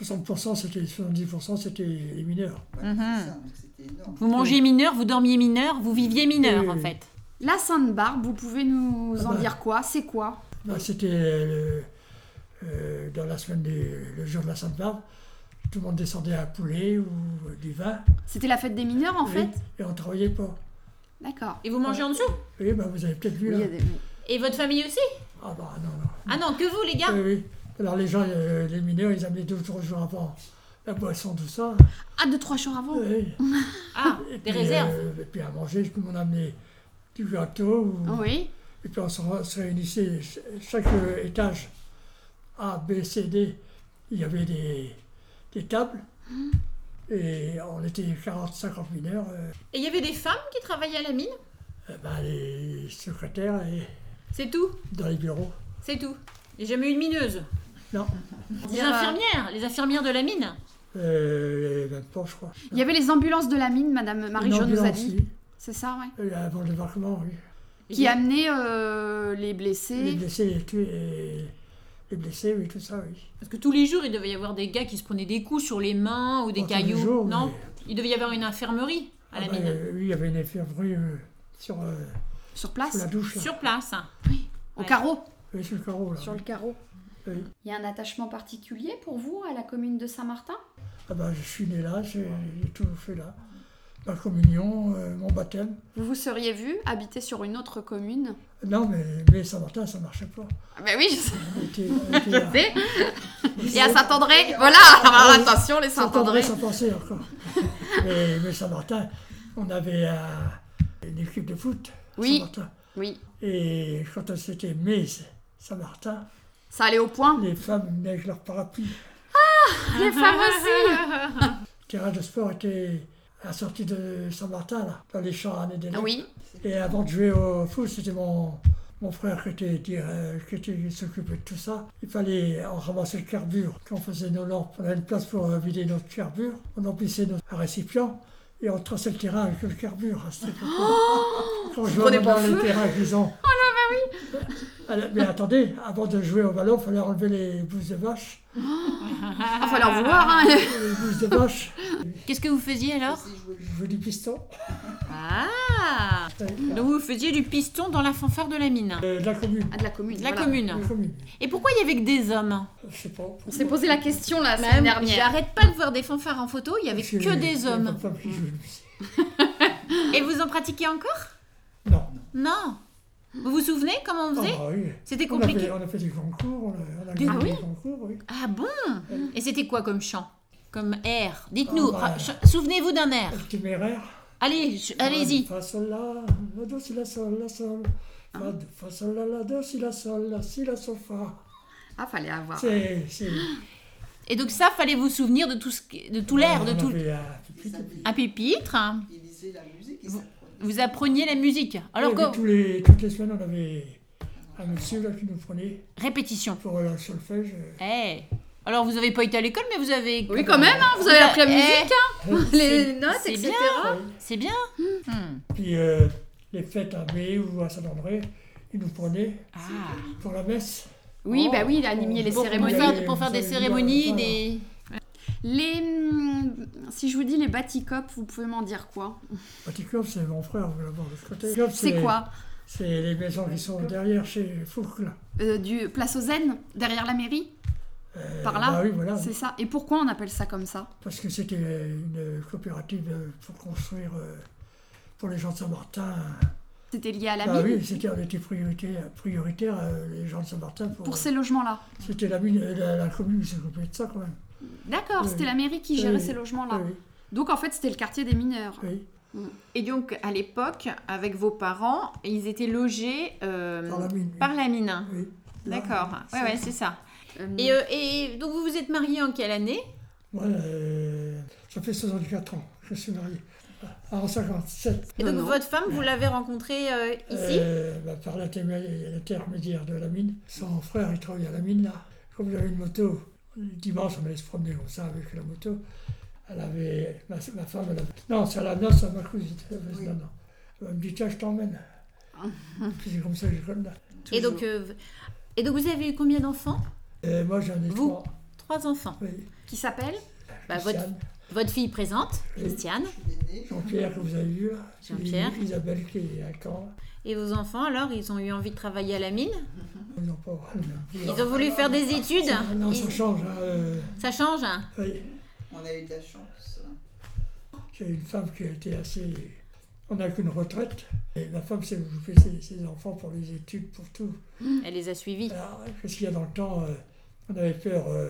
S4: 60%, c'était 70%, c'était les mineurs.
S5: Voilà,
S3: Mhm.
S5: c'est ça, donc c'était énorme.
S3: vous mangiez mineur, vous dormiez mineur, vous viviez mineur
S4: Oui,
S3: en
S4: oui.
S3: fait.
S2: La Sainte-Barbe, vous pouvez nous
S4: Ah
S2: en
S4: bah.
S2: dire quoi C'est quoi
S4: Bah, c'était euh, euh, dans la semaine, du- le jour de la Sainte-Barbe, tout le monde descendait un poulet ou du vin.
S2: C'était la fête des mineurs en
S4: Oui,
S2: fait
S4: Et on ne travaillait pas.
S2: D'accord.
S3: Et vous mangez en dessous
S4: Oui, bah, vous avez peut-être vu.
S2: Oui, il y
S4: là.
S2: a des-
S3: Et votre famille aussi
S4: Ah bah non, non.
S3: Ah non, que vous les gars.
S4: Oui, oui. Alors les gens, euh, les mineurs, ils amenaient deux ou trois jours avant la boisson, tout ça.
S2: Ah, deux, trois jours avant
S4: Oui.
S3: Ah,
S4: Et
S3: des
S4: puis,
S3: réserves.
S4: euh, et puis à manger, tout le monde amenait du gâteau. ou-
S2: Oui.
S4: Et puis on se, re- se réunissait, ch- chaque euh, étage, A, B, C, D, il y avait des, des tables. Et on était 40-50 mineurs, euh,
S3: Et il y avait des femmes qui travaillaient à la mine
S4: euh, ben, les secrétaires et
S3: C'est tout,
S4: dans les bureaux.
S3: c'est tout. J'ai jamais eu une mineuse.
S4: Non,
S3: Des infirmières, les infirmières de la mine.
S4: euh, même pas, je crois.
S2: Il y avait les ambulances de la mine, Madame Marie-Jo
S4: Une
S2: nous a
S4: ambulance,
S2: dit.
S4: oui.
S2: C'est ça, ouais.
S4: Euh, Avant le débarquement, oui.
S2: Qui amenait euh, les
S4: Les
S2: blessés.
S4: blessés, les tués, et- les blessés, oui, tout ça, oui.
S3: Parce que tous les jours, il devait y avoir des gars qui se prenaient des coups sur les mains ou des
S4: Pas Oh, tous les
S3: cailloux,
S4: jours,
S3: non
S4: mais-
S3: Il devait y avoir une infirmerie à la
S4: Ah, bah,
S3: mine
S4: euh, oui, il y avait une infirmerie euh, sur, euh,
S2: Ah, Sur
S4: sous
S2: place
S4: la douche, là.
S3: sur place.
S2: Au
S3: Ouais.
S2: carreau
S4: Oui, sur le carreau, là.
S1: Sur le carreau.
S4: Oui.
S1: Il y a un attachement particulier pour vous à la commune de Saint-Martin
S4: Ah bah, je suis né là, j'ai j'ai tout fait là. Ma communion, euh, mon baptême.
S2: Vous vous seriez vu habiter sur une autre commune
S4: Non, mais, mais Saint-Martin, ça marchait pas.
S2: Ah Ben oui, je sais.
S4: On était- on était là.
S2: Et à Saint-André Voilà Alors attention, les Saint-André.
S4: sans penser encore. mais, mais Saint-Martin, on avait un- une équipe de foot.
S2: Oui.
S4: Saint-Martin.
S2: Oui.
S4: Et quand c'était mai Saint-Martin,
S2: Ça allait au point
S4: les femmes venaient avec leur parapluie.
S2: Les femmes aussi
S4: Le terrain de sport était assorti de Saint-Martin, là, dans les champs à Nédénac.
S2: Oui.
S4: Et avant de jouer au foot, c'était mon, mon frère qui, était, dire- euh, qui, était- qui s'occupait de tout ça. Il fallait en ramasser le carbure. Quand on faisait nos lampes, on avait une place pour euh, vider notre carbure. On emplissait notre un récipient et on traçait le terrain avec le carbure. Ah, C'était Quand je
S2: prenez
S4: jouais
S2: pas
S4: dans le terrain avec les ans. Ah là, bah oui Mais attendez, avant de jouer au ballon, il fallait enlever les bouses de vache.
S2: Ah, fallait en vouloir, hein
S4: Les bouses de vache,
S3: Qu'est-ce que vous faisiez alors
S5: Aussi, je voulais-
S4: je veux du piston.
S3: Ah Donc vous faisiez du piston dans la fanfare de la mine.
S4: Euh, de la commune.
S2: Ah, de la commune.
S3: De la
S2: voilà.
S4: De
S3: commune.
S4: la commune.
S3: Et pourquoi il y avait que des hommes
S4: Je sais pas.
S2: On s'est posé la question la
S3: Bah,
S2: semaine dernière.
S3: J'arrête pas de voir des fanfares en photo, il y avait
S4: Parce
S3: que des
S4: il y a pas
S3: hommes.
S4: de femmes qui jouent au piston.
S3: Et vous en pratiquiez encore
S4: Non.
S3: Non. Vous vous souvenez comment on
S4: Ah
S3: faisait
S4: bah oui.
S3: C'était
S4: On a, fait,
S3: compliqué.
S4: on a fait des concours, euh, on a, on a
S3: Des-
S4: gagné
S3: Ah oui
S4: des concours, oui.
S3: Ah bon Et c'était quoi comme chant Comme air Dites-nous,
S4: Ah bah.
S3: ra- ch- souvenez-vous d'un air.
S4: Le téméraire.
S3: Allez, ch- allez-y. Ah.
S4: Fa sol la, la do si la sol, la sol. Fa, fa sol la, la do si la sol, la si la sol fa.
S2: Ah, fallait avoir.
S4: C'est. c'est-
S3: Et donc ça, fallait vous souvenir de tout, ce qui- de Ah, tout l'air, de
S4: on
S3: tout...
S4: avait euh, un
S5: Ils
S4: petit-
S5: savaient-
S3: Un pupitre, hein.
S5: ils lisaient la musique, ils
S3: Vous-
S5: s'apprenaient.
S3: vous appreniez la musique. Alors
S4: Et puis
S3: que...
S4: tous les, toutes les semaines, on avait un monsieur là, qui nous prenait
S3: Répétition.
S4: pour le solfège. euh,
S3: Eh Alors vous avez pas été à l'école, mais vous avez...
S2: Oui, quand même, hein, vous avez appris la
S3: Eh,
S2: musique, hein, les
S3: c'est-
S2: notes,
S3: c'est
S2: etc.
S3: C'est bien. Hmm.
S4: Puis euh, les fêtes à Bé ou à Saint-André, ils nous prenaient
S3: Ah.
S4: pour la messe.
S2: Oui,
S4: Oh,
S2: bah oui, il a animé les
S3: Pour,
S4: bon,
S3: pour
S2: cérémonies.
S3: faire, pour faire des
S4: Vous avez-
S3: cérémonies,
S4: vous avez-
S3: des...
S2: Les. hum, Si je vous dis les baticops, vous pouvez m'en dire quoi
S4: Petit club, Bah, c'est mon frère, vous l'avez de ce côté.
S2: C'est quoi
S4: C'est les maisons qui sont derrière chez Fouque, là.
S2: Euh, Du place aux Zen, derrière la mairie
S4: Euh,
S2: Par là
S4: bah oui, voilà.
S2: C'est ça. Et pourquoi on appelle ça comme ça
S4: Parce que c'était une coopérative euh, pour construire, euh, pour les gens de Saint-Martin.
S2: C'était lié à la
S4: Ah
S2: mine
S4: oui, c'était, on était prioritaire, prioritaire euh, les gens de Saint-Martin. Pour,
S2: Pour ces logements-là.
S4: C'était la, mine, euh, la, la commune qui s'occupait de ça, quand même.
S2: D'accord,
S4: Oui.
S2: c'était la mairie qui gérait
S4: Oui.
S2: ces logements-là.
S4: Oui,
S2: Donc en fait, c'était le quartier des mineurs.
S4: oui.
S3: Et donc, à l'époque, avec vos parents, ils étaient logés euh,
S4: Par la mine.
S3: par la mine.
S4: Oui. Là,
S3: D'accord.
S4: c'est-
S3: Ouais, ouais, c'est ça.
S2: Euh,
S3: Et, euh, et donc, vous vous êtes mariés en quelle année
S4: Moi, euh, ça fait 64 ans que je suis marié. Ah, En 57.
S3: Et donc,
S2: Non, non.
S3: votre femme, vous l'avez rencontrée euh, ici
S4: euh, bah, Par l'intermédiaire l'intermédiaire de la mine. Son frère, il travaillait à la mine, là. Comme j'avais une moto, le dimanche, on allait se promener comme ça avec la moto. Elle avait... Ma, ma femme, elle avait... Non, c'est à la noce à ma cousine. Elle avait-
S5: Oui.
S4: non, non. Elle me dit, tiens, je t'emmène. Puis c'est comme ça que je connais.
S3: Et donc, euh, v- et donc, vous avez eu combien d'enfants
S4: Et Euh, moi, j'en ai
S3: Vous
S4: trois.
S3: Trois enfants.
S4: Oui.
S2: Qui s'appelle
S3: Bah, votre-
S4: Christiane,
S3: Votre fille présente,
S4: Oui.
S3: Christiane,
S5: Je suis l'aînée.
S4: Jean-Pierre, que vous avez vu, là.
S3: Jean-Pierre.
S4: Et Isabelle, qui est à Caen.
S3: et vos enfants, alors, ils ont eu envie de travailler à la mine
S4: Ils n'ont pas...
S3: Ils ont voulu faire des études
S4: Ah Non, ça
S3: Ils-
S4: change. hein, euh,
S3: Ça change hein
S4: oui.
S5: On a eu de la chance. hein.
S4: J'ai une femme qui a été assez. On n'a qu'une retraite. Et ma femme s'est occupée de ses, ses enfants pour les études, pour tout.
S3: Elle les a suivis.
S4: Alors, qu'est-ce qu'il y a dans le temps euh, On avait peur, euh,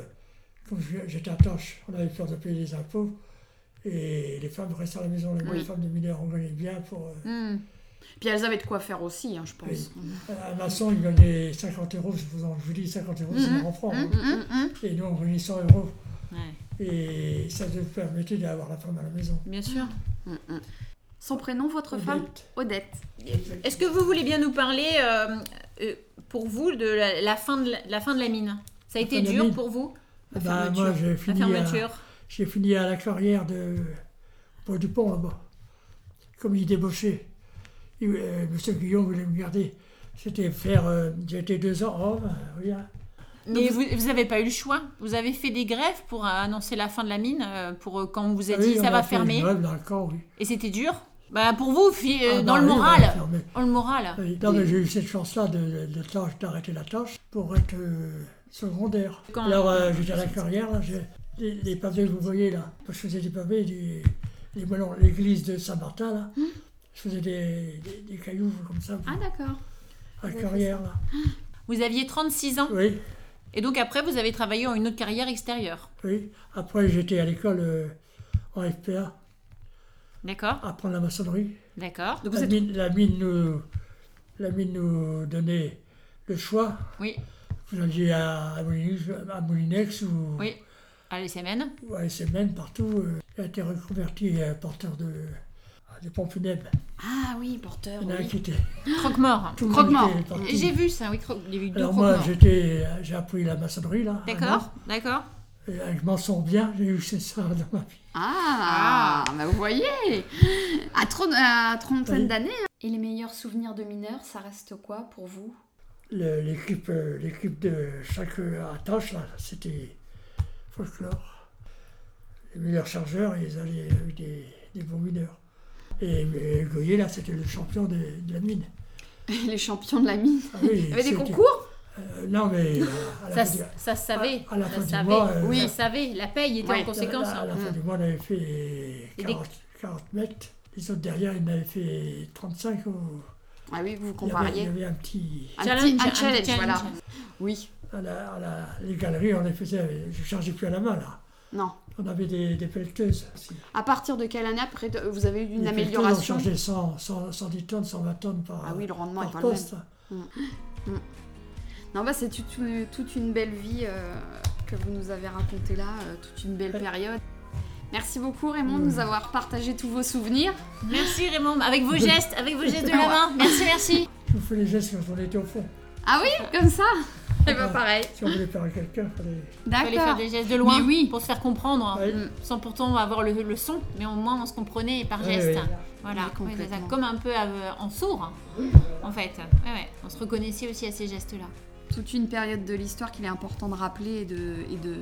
S4: comme je- j'étais à Tanche, on avait peur de payer les impôts. Et les femmes restaient à la maison. Les
S3: Oui.
S4: femmes de mineurs, on gagnait bien pour. euh,
S3: Hmm.
S2: Puis elles avaient de quoi faire aussi, hein, je pense.
S4: Oui. un maçon, il gagnait 50 euros. Je vous, en- je vous dis 50 euros, c'est
S3: Mhm,
S4: en francs.
S3: hmm,
S4: hein.
S3: hmm, hmm.
S4: Et nous, on gagnait 100 euros.
S3: Ouais,
S4: Et ça nous permettait d'avoir la femme à la maison.
S3: bien sûr.
S2: Mm, mm. Son prénom, votre femme
S4: Odette.
S2: Odette.
S3: Est-ce que vous voulez bien nous parler, euh, euh, pour vous, de la, la fin de la, la fin de la mine Ça a
S4: La
S3: été
S4: fin de la
S3: dur
S4: mine
S3: pour vous La
S4: Bah,
S3: fermeture.
S4: moi, j'ai
S3: La
S4: fini, à-
S3: fermeture
S4: j'ai fini à la carrière de Bois du Pont là-bas, comme il débauchait. Il- euh, Monsieur Guillaume voulait me garder. C'était faire. euh, j'ai été deux ans à Rome, hein, rien.
S3: Mais vous n'avez pas eu le choix. Vous avez fait des grèves pour euh, annoncer la fin de la mine, euh, pour euh, quand on
S4: Ah
S3: vous a dit ça va fermer.
S4: Même dans le camp, oui.
S3: Et c'était dur Bah, Pour vous, fi- euh,
S4: Ah,
S3: dans
S4: bah
S3: le
S4: oui,
S3: moral.
S4: on a fermé. Ah
S3: Dans le moral.
S4: Oui. Non, mais j'ai eu cette chance-là de, de tâche- d'arrêter la tâche pour être euh, secondaire.
S3: Quand-
S4: Alors, euh, j'étais à la carrière, là, j'ai- les, les pavés que vous voyez là, moi, je faisais des pavés, des, des melons, l'église de Saint-Martin, là,
S3: Hum.
S4: je faisais des, des- des cailloux comme ça,
S2: Ah d'accord.
S4: à la carrière, là.
S3: Vous aviez 36 ans.
S4: Oui,
S3: Et donc après, vous avez travaillé en une autre carrière extérieure.
S4: oui. Après, j'étais à l'école euh, en FPA,
S3: D'accord
S4: apprendre la maçonnerie.
S3: D'accord. Donc vous
S4: La
S3: êtes...
S4: mine, la, mine nous, la mine nous donnait le choix.
S3: Oui,
S4: Vous alliez à, à Moulinex, à Moulinex ou...
S3: oui. À l'SMN
S4: Ouais, c'est même partout. euh, il a été reconverti euh, porteur de, de pompes funèbres.
S2: Ah oui, porteur.
S4: Il y en a un
S2: oui.
S4: qui était.
S3: Croque-mort.
S4: tout le monde
S2: Croque-mort.
S4: était parti.
S3: J'ai vu ça, oui, croque... j'ai vu deux
S4: Alors moi,
S3: croque-morts.
S4: j'étais, euh, j'ai appris la maçonnerie là. à Nantes,
S3: D'accord, d'accord.
S4: et, euh, je m'en sens bien. J'ai eu c'est ça dans ma vie.
S2: Ah, bah vous voyez À, tro- à trentaine
S4: Oui.
S2: d'années
S1: Et les meilleurs souvenirs de mineurs, ça reste quoi pour vous
S4: Le- l'équipe, euh, l'équipe de chaque euh, attache là, c'était folklore. Les meilleurs chargeurs, ils allaient avec des, des bons mineurs. Et, mais Goyer là, c'était le champion des- de, la mine.
S2: Les champions de la mine.
S4: Ah oui,
S2: Il y avait des
S4: c'était-
S2: concours
S4: euh, Non mais. euh, à la
S3: Ça,
S4: fin du-
S3: ça se savait.
S4: À- à la
S3: ça
S4: fin
S3: se
S4: du
S3: savait.
S4: mois, euh,
S3: oui, ça se savait. La paye était
S2: Ouais.
S3: en conséquence.
S4: À la
S3: hein.
S4: fin du mois, on avait fait
S3: des-
S4: 40, 40 mètres. Les autres derrière, ils en avaient fait 35. ou-
S2: Ah oui, vous
S4: Il, y avait, il y
S2: compariez.
S4: avait un petit.
S2: Un
S3: Challenge,
S2: petit- un
S3: un petit
S2: challenge,
S3: challenge.
S2: voilà. Oui.
S4: À la- à la- les galeries, on les faisait. Je ne chargeais plus à la main, là.
S2: Non.
S4: On avait des, des pelleteuses. aussi.
S2: À partir de quelle année après de- vous avez eu une
S4: Les pelleteuses,
S2: amélioration
S4: On chargeait 100, 100 110 tonnes, 120 tonnes par,
S2: Ah oui, le rendement
S4: par
S2: est pas le même.
S4: poste.
S2: Non, bah c'est tout- tout- toute une belle vie euh, que vous nous avez racontée là, euh, toute une belle
S4: Ouais.
S2: période. Merci beaucoup Raymond de
S4: Oui.
S2: nous avoir partagé tous vos souvenirs.
S3: Merci Raymond, avec vos gestes, avec vos gestes de la main. Merci, merci.
S4: Je vous fais les gestes quand on était au fond.
S2: Ah oui, comme ça Eh ben
S4: Voilà.
S2: pareil.
S4: Si on voulait parler à quelqu'un, il fallait.
S3: fallait faire
S2: D'accord.
S3: des gestes de loin
S2: Mais oui.
S3: pour se faire comprendre,
S4: Ouais.
S3: Mm. sans pourtant avoir le, le son, mais au moins on se comprenait par
S4: Ouais,
S3: geste.
S4: ouais.
S3: Voilà,
S2: Oui, complètement.
S3: Ouais, c'est ça. comme un peu à- en sourd, en fait. Ouais, ouais. On se reconnaissait aussi à ces gestes-là.
S2: Toute une période de l'histoire qu'il est important de rappeler et de, et de,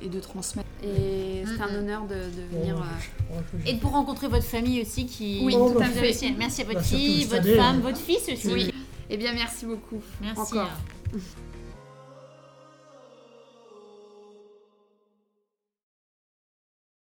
S2: et de transmettre. Et c'est un
S3: Mhm.
S2: honneur de, de
S4: Bon,
S2: venir... euh,
S4: je crois que j'ai-
S3: Et pour rencontrer votre famille aussi qui...
S2: Oui,
S4: Oh, tout bah,
S2: à fait.
S3: Merci à votre
S4: Bah, surtout
S3: fille,
S4: cette
S3: votre
S4: année,
S3: femme,
S4: euh,
S3: votre fils aussi.
S2: Oui. Eh bien, merci beaucoup.
S3: Merci. hein.
S2: Encore.